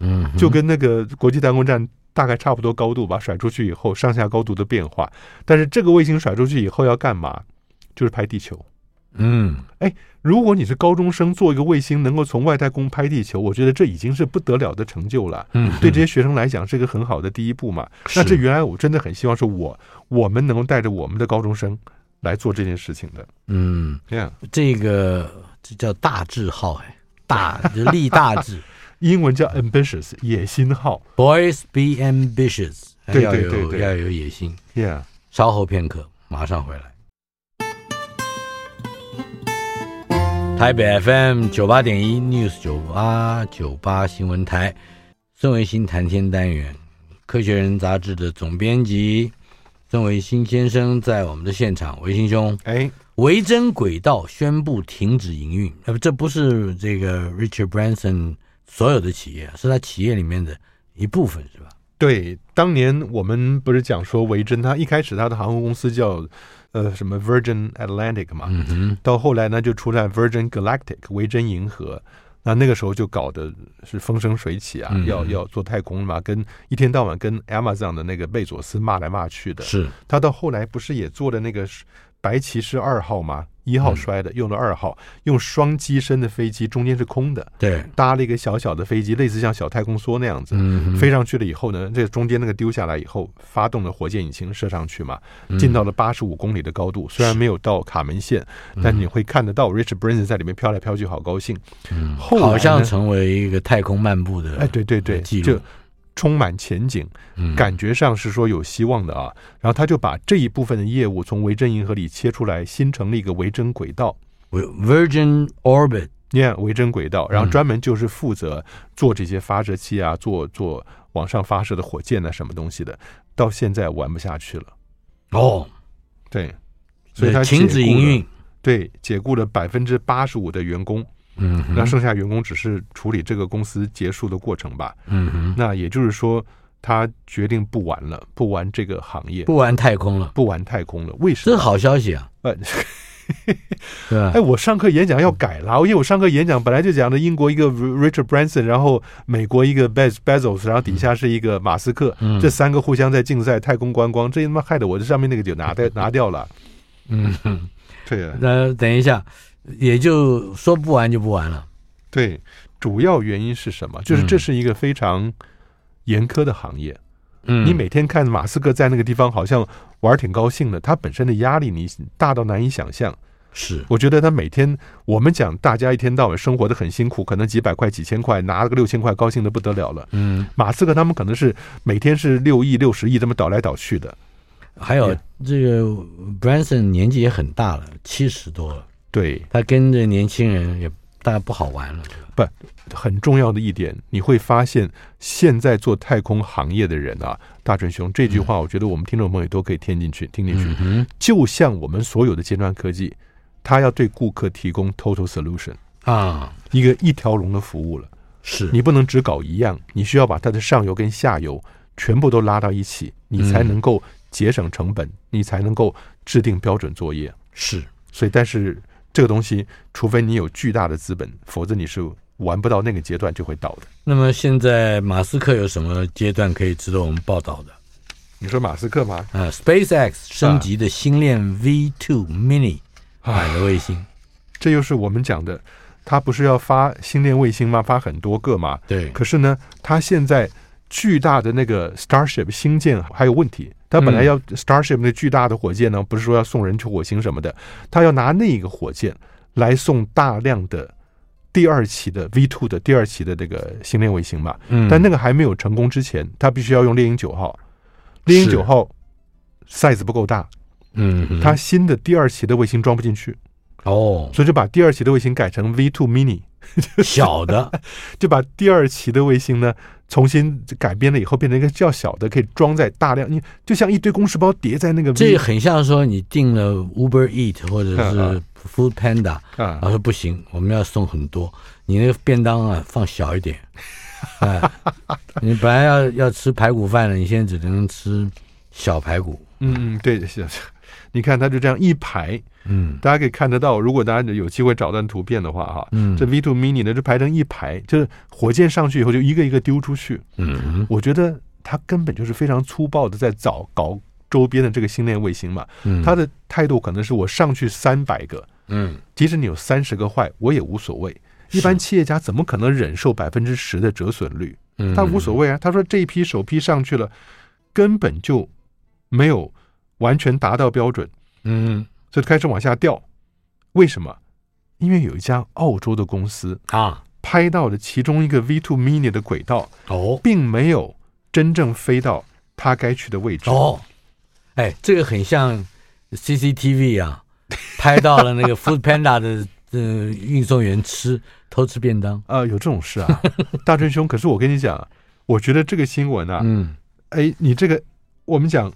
S2: 嗯哼，
S3: 就跟那个国际太空站大概差不多高度吧，甩出去以后上下高度的变化。但是这个卫星甩出去以后要干嘛？就是拍地球。
S2: 嗯
S3: 如果你是高中生，做一个卫星能够从外太空拍地球，我觉得这已经是不得了的成就了。
S2: 嗯，
S3: 对这些学生来讲，是一个很好的第一步嘛。那
S2: 是
S3: 这原来我真的很希望是我我们能够带着我们的高中生来做这件事情的。
S2: 嗯
S3: 这样，
S2: 这个这叫大志号哎，大就立大志
S3: 英文叫 ambitious，野心号。
S2: <laughs> ，Boys be ambitious，
S3: 对
S2: 要
S3: 对
S2: 有
S3: 对对
S2: 要有野心。
S3: Yeah，
S2: 稍后片刻，马上回来。台北 FM 九八点一 News 九八九八新闻台，孙维新谈天单元，《科学人》杂志的总编辑孙维新先生在我们的现场，维新兄，
S3: 哎，
S2: 维珍轨道宣布停止营运，呃，这不是这个 Richard Branson 所有的企业，是他企业里面的一部分，是吧？
S3: 对，当年我们不是讲说维珍，它一开始它的航空公司叫呃什么 Virgin Atlantic 嘛，
S2: 嗯哼，
S3: 到后来呢就出来 Virgin Galactic 维珍银河。那那个时候就搞得是风生水起啊，
S2: 嗯
S3: 要要做太空嘛，跟一天到晚跟 Amazon 的那个贝佐斯骂来骂去的。
S2: 是，
S3: 他到后来不是也做了那个白骑士二号吗？一
S2: 嗯
S3: 号摔的，用了二号，用双机身的飞机，中间是空的，
S2: 对，
S3: 搭了一个小小的飞机，类似像小太空梭那样子，
S2: 嗯哼，
S3: 飞上去了以后呢，这中间那个丢下来以后，发动了火箭引擎射上去嘛，
S2: 嗯
S3: 进到了八十五公里的高度，虽然没有到卡门线，但你会看得到 Richard Branson 在里面飘来飘去，好高兴。
S2: 嗯
S3: 后来呢
S2: 好像成为一个太空漫步的，
S3: 哎，对对对，
S2: 记录
S3: 就充满前景，
S2: 嗯
S3: 感觉上是说有希望的啊。然后他就把这一部分的业务从维珍银河里切出来，新成立一个维珍轨道。
S2: Virgin Orbit，
S3: 你看维珍轨道，然后
S2: 嗯
S3: 专门就是负责做这些发射器啊，做做往上发射的火箭啊，什么东西的，到现在玩不下去了。
S2: 哦，
S3: 对，所以它
S2: 停止
S3: 解雇了
S2: 营，运，
S3: 对，解雇了百分之八十五的员工，
S2: 嗯
S3: 那
S2: 哼，
S3: 剩下员工只是处理这个公司结束的过程吧。
S2: 嗯哼，
S3: 那也就是说，他决定不玩了，不玩这个行业，
S2: 不玩太空了，
S3: 不玩太空了。为什
S2: 这是
S3: 么？
S2: 好消息啊， <laughs>
S3: 呃
S2: 对吧
S3: 哎，？我上课演讲要改啦，因为我上课演讲本来就讲的英国一个 Richard Branson，然后美国一个 Bez Bezos，然后底下是一个马斯克，
S2: 嗯
S3: 这三个互相在竞赛太空观光，这他妈害得我这上面那个就
S2: <laughs>
S3: 拿掉拿掉了。
S2: 嗯哼，
S3: 对啊
S2: 那等一下，也就说不玩就不玩了，
S3: 对，主要原因是什么？就是这是一个非常严苛的行业。
S2: 嗯，
S3: 你每天看马斯克在那个地方好像玩儿挺高兴的，他本身的压力你大到难以想象。
S2: 是，
S3: 我觉得他每天，我们讲大家一天到晚生活的很辛苦，可能几百块、几千块，拿了个六千块，高兴的不得了了。
S2: 嗯，
S3: 马斯克他们可能是每天是六亿、六十亿这么倒来倒去的。
S2: 还有
S3: Yeah
S2: 这个 Branson 年纪也很大了，七十多了，
S3: 对
S2: 他跟着年轻人也大概不好玩了。
S3: 很重要的一点，你会发现现在做太空行业的人啊，大春兄这句话，我觉得我们听众朋友都可以听进去，听进去。
S2: 嗯哼，
S3: 就像我们所有的尖端科技，它要对顾客提供 total solution，
S2: 啊，
S3: 一个一条龙的服务了。
S2: 是
S3: 你不能只搞一样，你需要把它的上游跟下游全部都拉到一起，你才
S2: 嗯
S3: 能够节省成本，你才能够制定标准作业。
S2: 是，
S3: 所以，但是这个东西，除非你有巨大的资本，否则你是玩不到那个阶段就会倒的。
S2: 那么现在马斯克有什么阶段可以值得我们报道的？
S3: 你说马斯克吗？
S2: 啊，SpaceX 升级的星链 V2 Mini
S3: 啊
S2: 买了卫星，
S3: 这又是我们讲的，他不是要发星链卫星吗？发很多个吗？
S2: 对，
S3: 可是呢，它现在巨大的那个 Starship 星舰还有问题。它本来
S2: 嗯
S3: 要 Starship 那巨大的火箭呢，不是说要送人去火星什么的，它要拿那个火箭来送大量的第二期的 V two 的第二期的那个星链卫星嘛。
S2: 嗯
S3: 但那个还没有成功之前，它必须要用猎鹰九号。猎鹰
S2: 是
S3: 九号 size 不够大，
S2: 嗯哼，
S3: 它新的第二期的卫星装不进去，
S2: 哦，
S3: 所以就把第二期的卫星改成 V two mini。
S2: 小的，
S3: <laughs> 就把第二期的卫星呢重新改编了以后，变成一个较小的，可以装载大量，你就像一堆公事包叠在那个 V,
S2: 这很像说你订了 Uber Eat 或者是
S3: 嗯
S2: Food Panda，然
S3: 啊
S2: 后，说不行，我们要送很多，你那个便当啊放小一
S3: <laughs>
S2: 点，哎，你本来要要吃排骨饭的，你现在只能吃小排骨，
S3: 嗯嗯，对，是，是你看它就这样一排，
S2: 嗯
S3: 大家可以看得到。如果大家有机会找到图片的话，哈，
S2: 嗯
S3: 这 V two mini 呢就排成一排，就是火箭上去以后就一个一个丢出去。
S2: 嗯
S3: 我觉得它根本就是非常粗暴的在找搞周边的这个星链卫星嘛，
S2: 嗯，
S3: 它的态度可能是我上去三百个，
S2: 嗯
S3: 即使你有三十个坏，我也无所谓。一般企业家怎么可能忍受百分之十的折损率？
S2: 嗯
S3: 他无所谓啊。他说这一批首批上去了，根本就没有完全达到标准，
S2: 嗯
S3: 所以开始往下掉。为什么？因为有一家澳洲的公司
S2: 啊
S3: 拍到了其中一个 V two Mini 的轨道，
S2: 哦
S3: 并没有真正飞到它该去的位置。
S2: 哦，哎，这个很像 CCTV 啊，拍到了 <laughs> 那个 Food Panda 的呃运送员吃偷吃便当，
S3: 啊、有这种事啊，大真兄。可是我跟你讲，啊我觉得这个新闻啊，
S2: 嗯
S3: 哎，你这个我们讲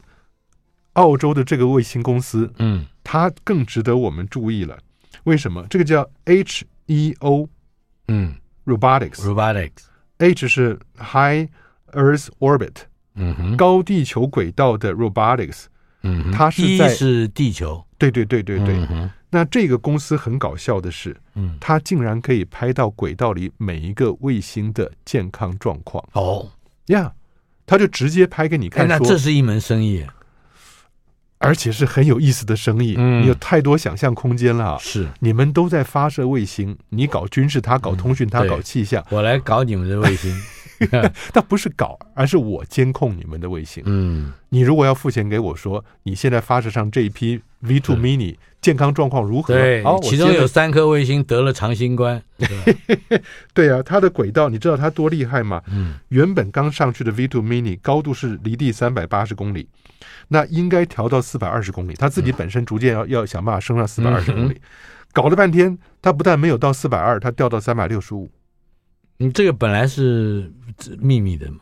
S3: 澳洲的这个卫星公司，
S2: 嗯
S3: 它更值得我们注意了。为什么？这个叫 H E O
S2: 嗯
S3: Robotics，H
S2: ，Robotics，
S3: 是 High Earth Orbit
S2: 嗯哼，
S3: 高地球轨道的 Robotics，
S2: 嗯哼，
S3: 它是
S2: 一
S3: 在
S2: 是地球，
S3: 对对对对对。
S2: 嗯哼
S3: 那这个公司很搞笑的是，
S2: 嗯
S3: 它竟然可以拍到轨道里每一个卫星的健康状况
S2: 哦，
S3: 呀。它就直接拍给你
S2: 哎，
S3: 看
S2: 那
S3: 说，
S2: 这是一门生意，
S3: 而且是很有意思的生意，
S2: 嗯
S3: 你有太多想象空间了啊。
S2: 是
S3: 你们都在发射卫星，你搞军事，他搞通讯，他
S2: 嗯对
S3: 搞气象，
S2: 我来搞你们的卫星，
S3: 但不是搞，而是我监控你们的卫星。
S2: <laughs> 嗯，
S3: 你如果要付钱给我说，你现在发射上这一批 V two
S2: 是
S3: mini 健康状况如何？
S2: 对
S3: 好，，我
S2: 其中
S3: 接了
S2: 有三颗卫星得了长新冠，对吧
S3: 对啊，它的轨道你知道它多厉害吗？
S2: 嗯，
S3: 原本刚上去的 V two mini 高度是离地三百八十公里，那应该调到四百二十公里，它自己
S2: 嗯
S3: 本身逐渐要要想办法升上四百二十公里，搞了半天，它不但没有到四百二，它掉到三百六十五。
S2: 你这个本来是秘密的嘛，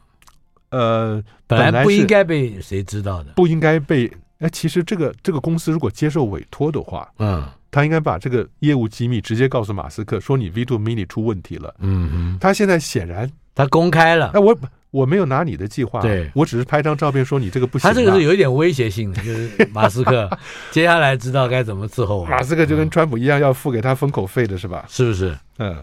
S3: 呃，
S2: 本
S3: 本
S2: 来
S3: 来
S2: 不
S3: 是
S2: 应该被谁知道的，
S3: 不应该被。哎，其实这个这个公司如果接受委托的话，
S2: 嗯
S3: 他应该把这个业务机密直接告诉马斯克，说你 V two Mini 出问题了。
S2: 嗯哼，
S3: 他现在显然，
S2: 他公开了
S3: 哎，，我我没有拿你的计划，
S2: 啊对
S3: 我只是拍张照片说你这个不行、
S2: 他
S3: 啊。
S2: 这个是有一点威胁性的，就是 <laughs> 马斯克接下来知道该怎么伺候我
S3: 马
S2: 们，
S3: 斯克就跟川普一样，要付给他封口费的是吧？
S2: 是不是？
S3: 嗯，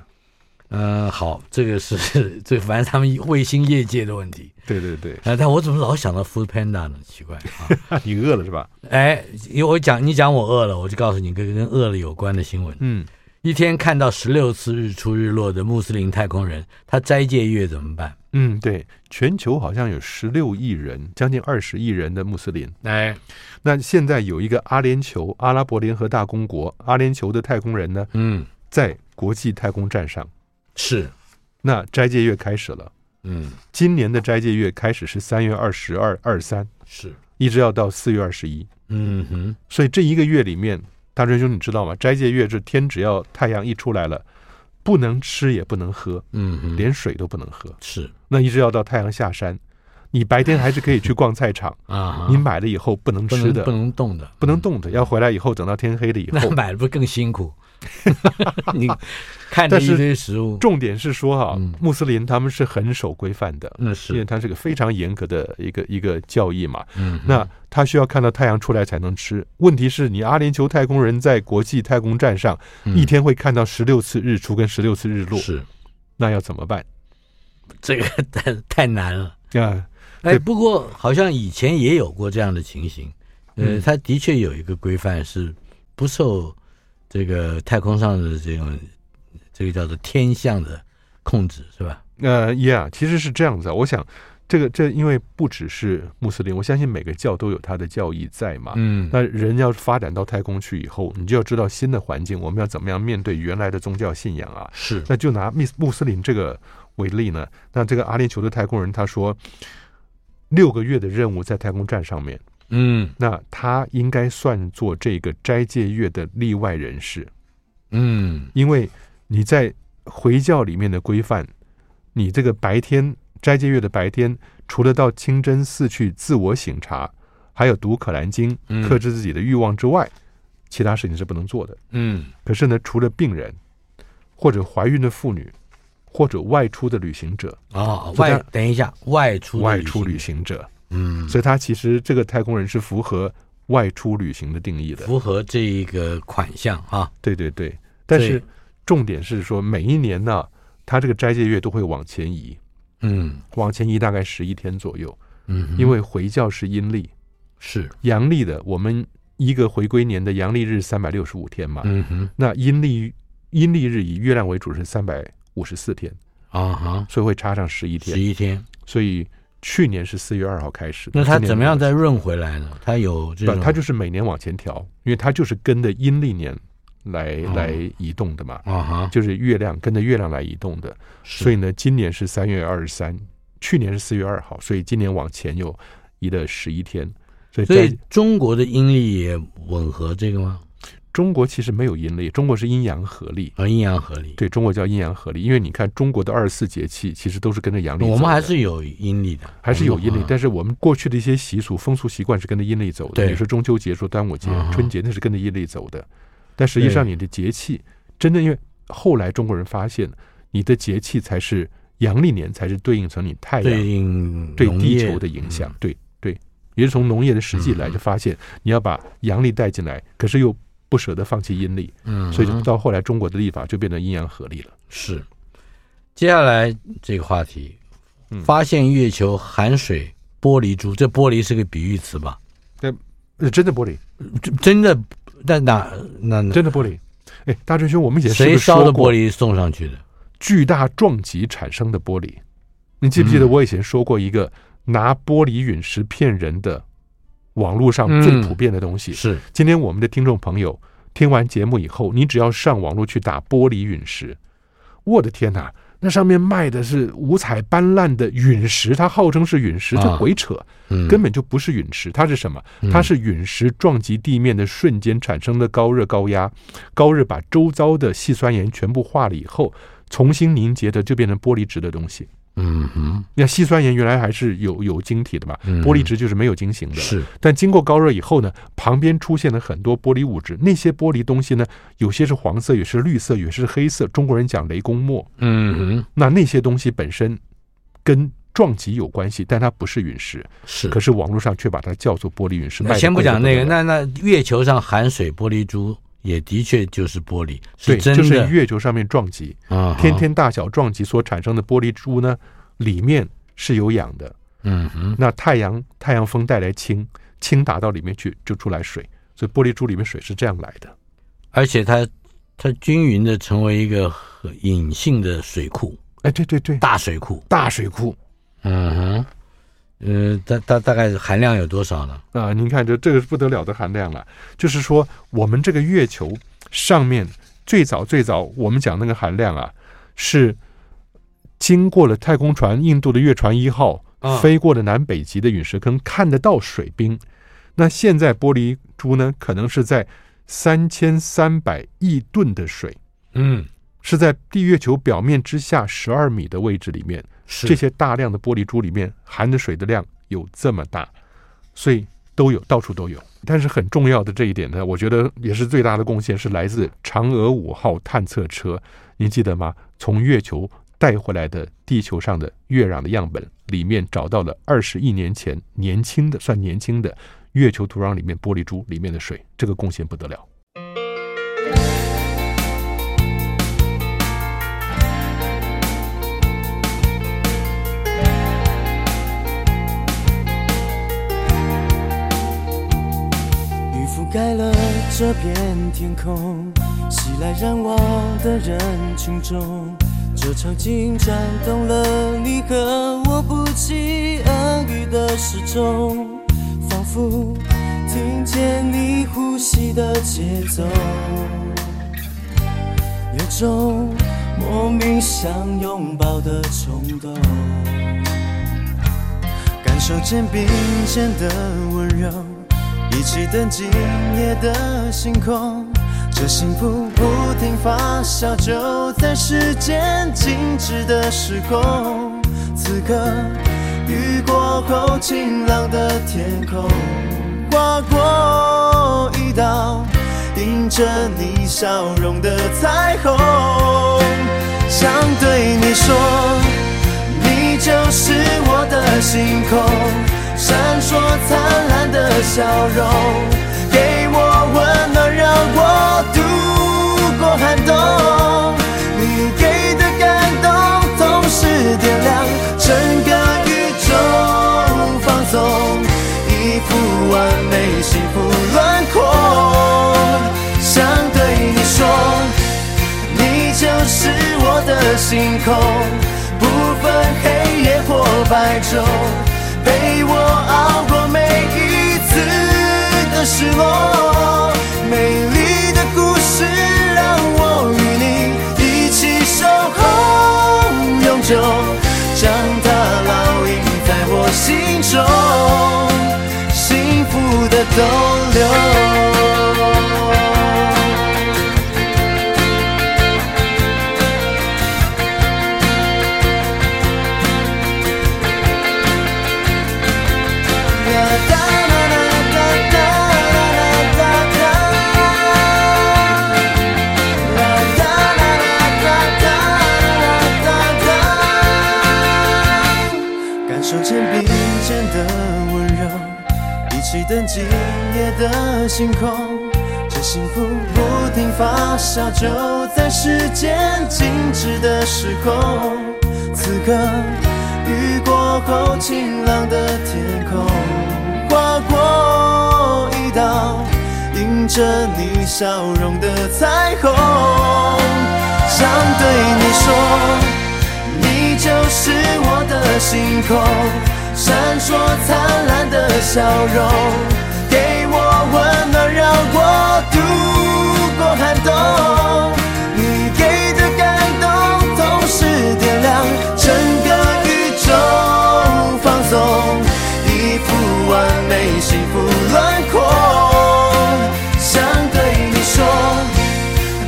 S2: 嗯，好，这个是这反正他们卫星业界的问题。
S3: <laughs> 对对对，
S2: 啊，但我怎么老想到 Food Panda 呢？奇怪啊！
S3: 那你饿了是吧？
S2: 哎，因为我讲你讲我饿了，我就告诉你一个跟饿了有关的新闻。
S3: 嗯，
S2: 一天看到十六次日出日落的穆斯林太空人，他斋戒月怎么办？
S3: 嗯，对，全球好像有十六亿人，将近二十亿人的穆斯林。
S2: 哎，
S3: 那现在有一个阿联酋阿拉伯联合大公国，阿联酋的太空人呢，
S2: 嗯，
S3: 在国际太空站上。
S2: 是，
S3: 那斋戒月开始了，
S2: 嗯，
S3: 今年的斋戒月开始是三月二十二、二三，
S2: 是，
S3: 一直要到四月二十一。
S2: 嗯哼，
S3: 所以这一个月里面，大真兄你知道吗？斋戒月是天只要太阳一出来了，不能吃也不能喝，
S2: 嗯哼，
S3: 连水都不能喝。
S2: 是
S3: 那一直要到太阳下山，你白天还是可以去逛菜场，
S2: 啊，
S3: 你买了以后不能
S2: 不
S3: 吃
S2: 能
S3: 的
S2: 不，能动的，
S3: 不能动的，要回来以后等到天黑了以
S2: <laughs> 那
S3: 后。
S2: 买了不更辛
S3: <laughs>
S2: 苦？你看着
S3: 但
S2: 一
S3: 是
S2: 堆食物，
S3: 重点是说哈、
S2: 嗯
S3: 穆斯林他们是很守规范的，
S2: 那
S3: 因为
S2: 是
S3: 它是个非常严格的一个一个教义嘛。
S2: 嗯，
S3: 那他需要看到太阳出来才能吃。问题是你阿联酋太空人在国际太空站上
S2: 嗯
S3: 一天会看到十六次日出跟十六次日落，
S2: 是
S3: 那要怎么办
S2: 这个 <laughs> 太太难了。
S3: 啊？
S2: 哎，
S3: 对
S2: 不过好像以前也有过这样的情形，呃，
S3: 嗯
S2: 它的确有一个规范是不受这个太空上的这种这个叫做天象的控制，是吧？
S3: 呃，Yeah，其实是这样子啊。我想，这个这因为不只是穆斯林，我相信每个教都有它的教义在嘛。
S2: 嗯
S3: 那人要发展到太空去以后，你就要知道新的环境，我们要怎么样面对原来的宗教信仰啊？
S2: 是
S3: 那就拿穆斯穆斯林这个为例呢，那这个阿联酋的太空人他说，六个月的任务在太空站上面，
S2: 嗯
S3: 那他应该算作这个斋戒月的例外人士，
S2: 嗯
S3: 因为你在回教里面的规范，你这个白天斋戒月的白天，除了到清真寺去自我醒察，还有读可兰经
S2: 嗯
S3: 克制自己的欲望之外，其他事情是不能做的。
S2: 嗯
S3: 可是呢，除了病人，或者怀孕的妇女，或者外出的旅行者，
S2: 哦，
S3: 这
S2: 外
S3: 样
S2: 等一下，外出的
S3: 外出旅
S2: 旅行，
S3: 行者，
S2: 嗯，
S3: 所以他其实这个太空人是符合外出旅行的定义的。
S2: 符合这一个款项哈。
S3: 对对对，但
S2: 所以
S3: 是重点是说，每一年呢，他这个斋戒月都会往前移，
S2: 嗯
S3: 往前移大概十一天左右，
S2: 嗯，
S3: 因为回教是阴历，
S2: 是
S3: 阳历的我们一个回归年的阳历日三百六十五天嘛，
S2: 嗯哼
S3: 那阴历阴历日以月亮为主是三百五十四天，
S2: 啊哈，
S3: 所以会差上十一
S2: 十
S3: 天，
S2: 一天。
S3: 所以去年是四月二号开始的，
S2: 那他
S3: 今年
S2: 怎么样
S3: 的？
S2: 再润回来呢？他有这
S3: 不，
S2: 种，
S3: 它就是每年往前调，因为它就是跟着阴历年来
S2: 哦
S3: 来移动的嘛，
S2: 啊哈，
S3: 就是月亮跟着月亮来移动的。所以呢，今年是三月二十三，去年是四月二号，所以今年往前又移了十一天。所以
S2: 所以
S3: 在
S2: 中国的阴历也吻合这个吗？
S3: 中国其实没有阴历，中国是呃阴阳合历。
S2: 啊，阴阳合理。
S3: 对中国叫阴阳合历，因为你看中国的二十四节气其实都是跟着阳历走的，
S2: 我们还是有阴历的，嗯啊
S3: 还是有阴历，
S2: 但
S3: 但是我们过去的一些习俗、风俗习惯是跟着阴历走的。
S2: 对
S3: 比如说中秋节、说端午节
S2: 嗯、
S3: 春节，那是跟着阴历走的。但实际上，
S2: 对
S3: 你的节气真的，因为后来中国人发现，你的节气才是阳历年，才是对应成你太
S2: 对
S3: 阳
S2: 应
S3: 对
S2: 农
S3: 地
S2: 业嗯
S3: 球的影响。对对，也是从农业的实际来就发现，你要把阳历带进来，可是又不舍得放弃阴历，
S2: 嗯，
S3: 所以就嗯
S2: 嗯
S3: 到后来中国的历法就变成阴阳合历了。
S2: 是。接下来这个话题，
S3: 嗯
S2: 发现月球含水玻璃珠，这玻璃是个比喻词吧？
S3: 呃，真的玻璃，
S2: 这真的，但哪那
S3: 真的玻璃。哎，大锤兄，我们以前是不
S2: 谁
S3: 是
S2: 烧的
S3: 说过
S2: 玻璃送上去的？
S3: 巨大撞击产生的玻璃。你记不记得
S2: 嗯
S3: 我以前说过一个拿玻璃陨石骗人的网络上最
S2: 嗯
S3: 普遍的东西？
S2: 是
S3: 今天我们的听众朋友听完节目以后，你只要上网络去打玻璃陨石，我的天哪！那上面卖的是五彩斑斓的陨石，它号称是陨石，
S2: 啊
S3: 这鬼扯，
S2: 嗯，
S3: 根本就不是陨石。它是什么？它是陨石撞击地面的瞬间产生的高热高压，高热把周遭的细酸盐全部化了以后，重新凝结的就变成玻璃质的东西。
S2: 嗯哼，
S3: 那细酸盐原来还是有有晶体的嘛，
S2: 嗯
S3: 玻璃质就是没有晶型的。
S2: 是
S3: 但经过高热以后呢，旁边出现了很多玻璃物质，那些玻璃东西呢，有些是黄色，有些是绿色，有些是黑色。中国人讲雷公墨，
S2: 嗯哼
S3: 那那些东西本身跟撞击有关系，但它不是陨石，
S2: 是
S3: 可。是网络上却把它叫做玻璃陨石。卖得
S2: 先不
S3: 贵得
S2: 讲那
S3: 得
S2: 个，
S3: 了
S2: 那那月球上含水玻璃珠也的确就是玻璃，
S3: 对，
S2: 真
S3: 就是
S2: 的
S3: 月球上面撞击，
S2: 啊，
S3: 天天大小撞击所产生的玻璃珠呢，里面是有氧的。
S2: 嗯哼，
S3: 那太阳太阳风带来氢，氢打到里面去就出来水，所以玻璃珠里面水是这样来的。
S2: 而且它它均匀的成为一个很隐性的水库，
S3: 哎，对对对，
S2: 大水库。
S3: 大水库
S2: 嗯哼，嗯，大大大概含量有多少呢？
S3: 啊、您看这这个是不得了的含量了。就是说，我们这个月球上面最早最早我们讲那个含量啊，是经过了太空船印度的月船一号
S2: 啊
S3: 飞过了南北极的陨石坑，看得到水冰。那现在玻璃珠呢，可能是在三千三百亿吨的水。
S2: 嗯，
S3: 是在地月球表面之下十二米的位置里面，
S2: 是
S3: 这些大量的玻璃珠里面含的水的量有这么大，所以都有，到处都有。但是很重要的这一点呢，我觉得也是最大的贡献是来自嫦娥五号探测车，您记得吗？从月球带回来的地球上的月壤的样本里面找到了二十亿年前年轻的，算年轻的月球土壤里面玻璃珠里面的水，这个贡献不得了。
S4: 雨覆盖了这片天空，熙来攘往的人群中，这场景颤动了你和我不期而遇的时钟，仿佛听见你呼吸的节奏，有种莫名想拥抱的冲动。感受肩并肩的温柔，一起等今夜的星空。这幸福不停发酵，就在时间静止的时空。此刻雨过后，晴朗的天空划过一道映着你笑容的彩虹。想对你说。你就是我的星空，闪烁灿烂的笑容，给我温暖，让我度过寒冬。你给的感动，总是点亮整个宇宙，放纵一幅完美幸福轮廓。想对你说。你就是我的星空，不分黑夜或白昼，陪我熬过每一次的失落。美丽的故事让我与你一起守候永久，将它烙印在我心中，幸福的逗留。感受肩并肩的温柔，一起等今夜的星空。这幸福不停发酵，就在时间静止的时空。此刻雨过后，晴朗的天空划过一道映着你笑容的彩虹。想对你说。你就是我的星空，闪烁灿烂的笑容，给我温暖，让我度过寒冬。你给的感动，总是点亮整个宇宙，放纵一幅完美幸福轮廓。想对你说。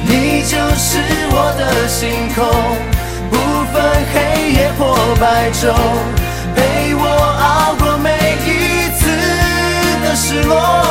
S4: 你就是我的星空，不分黑夜或白昼，陪我熬过每一次的失落。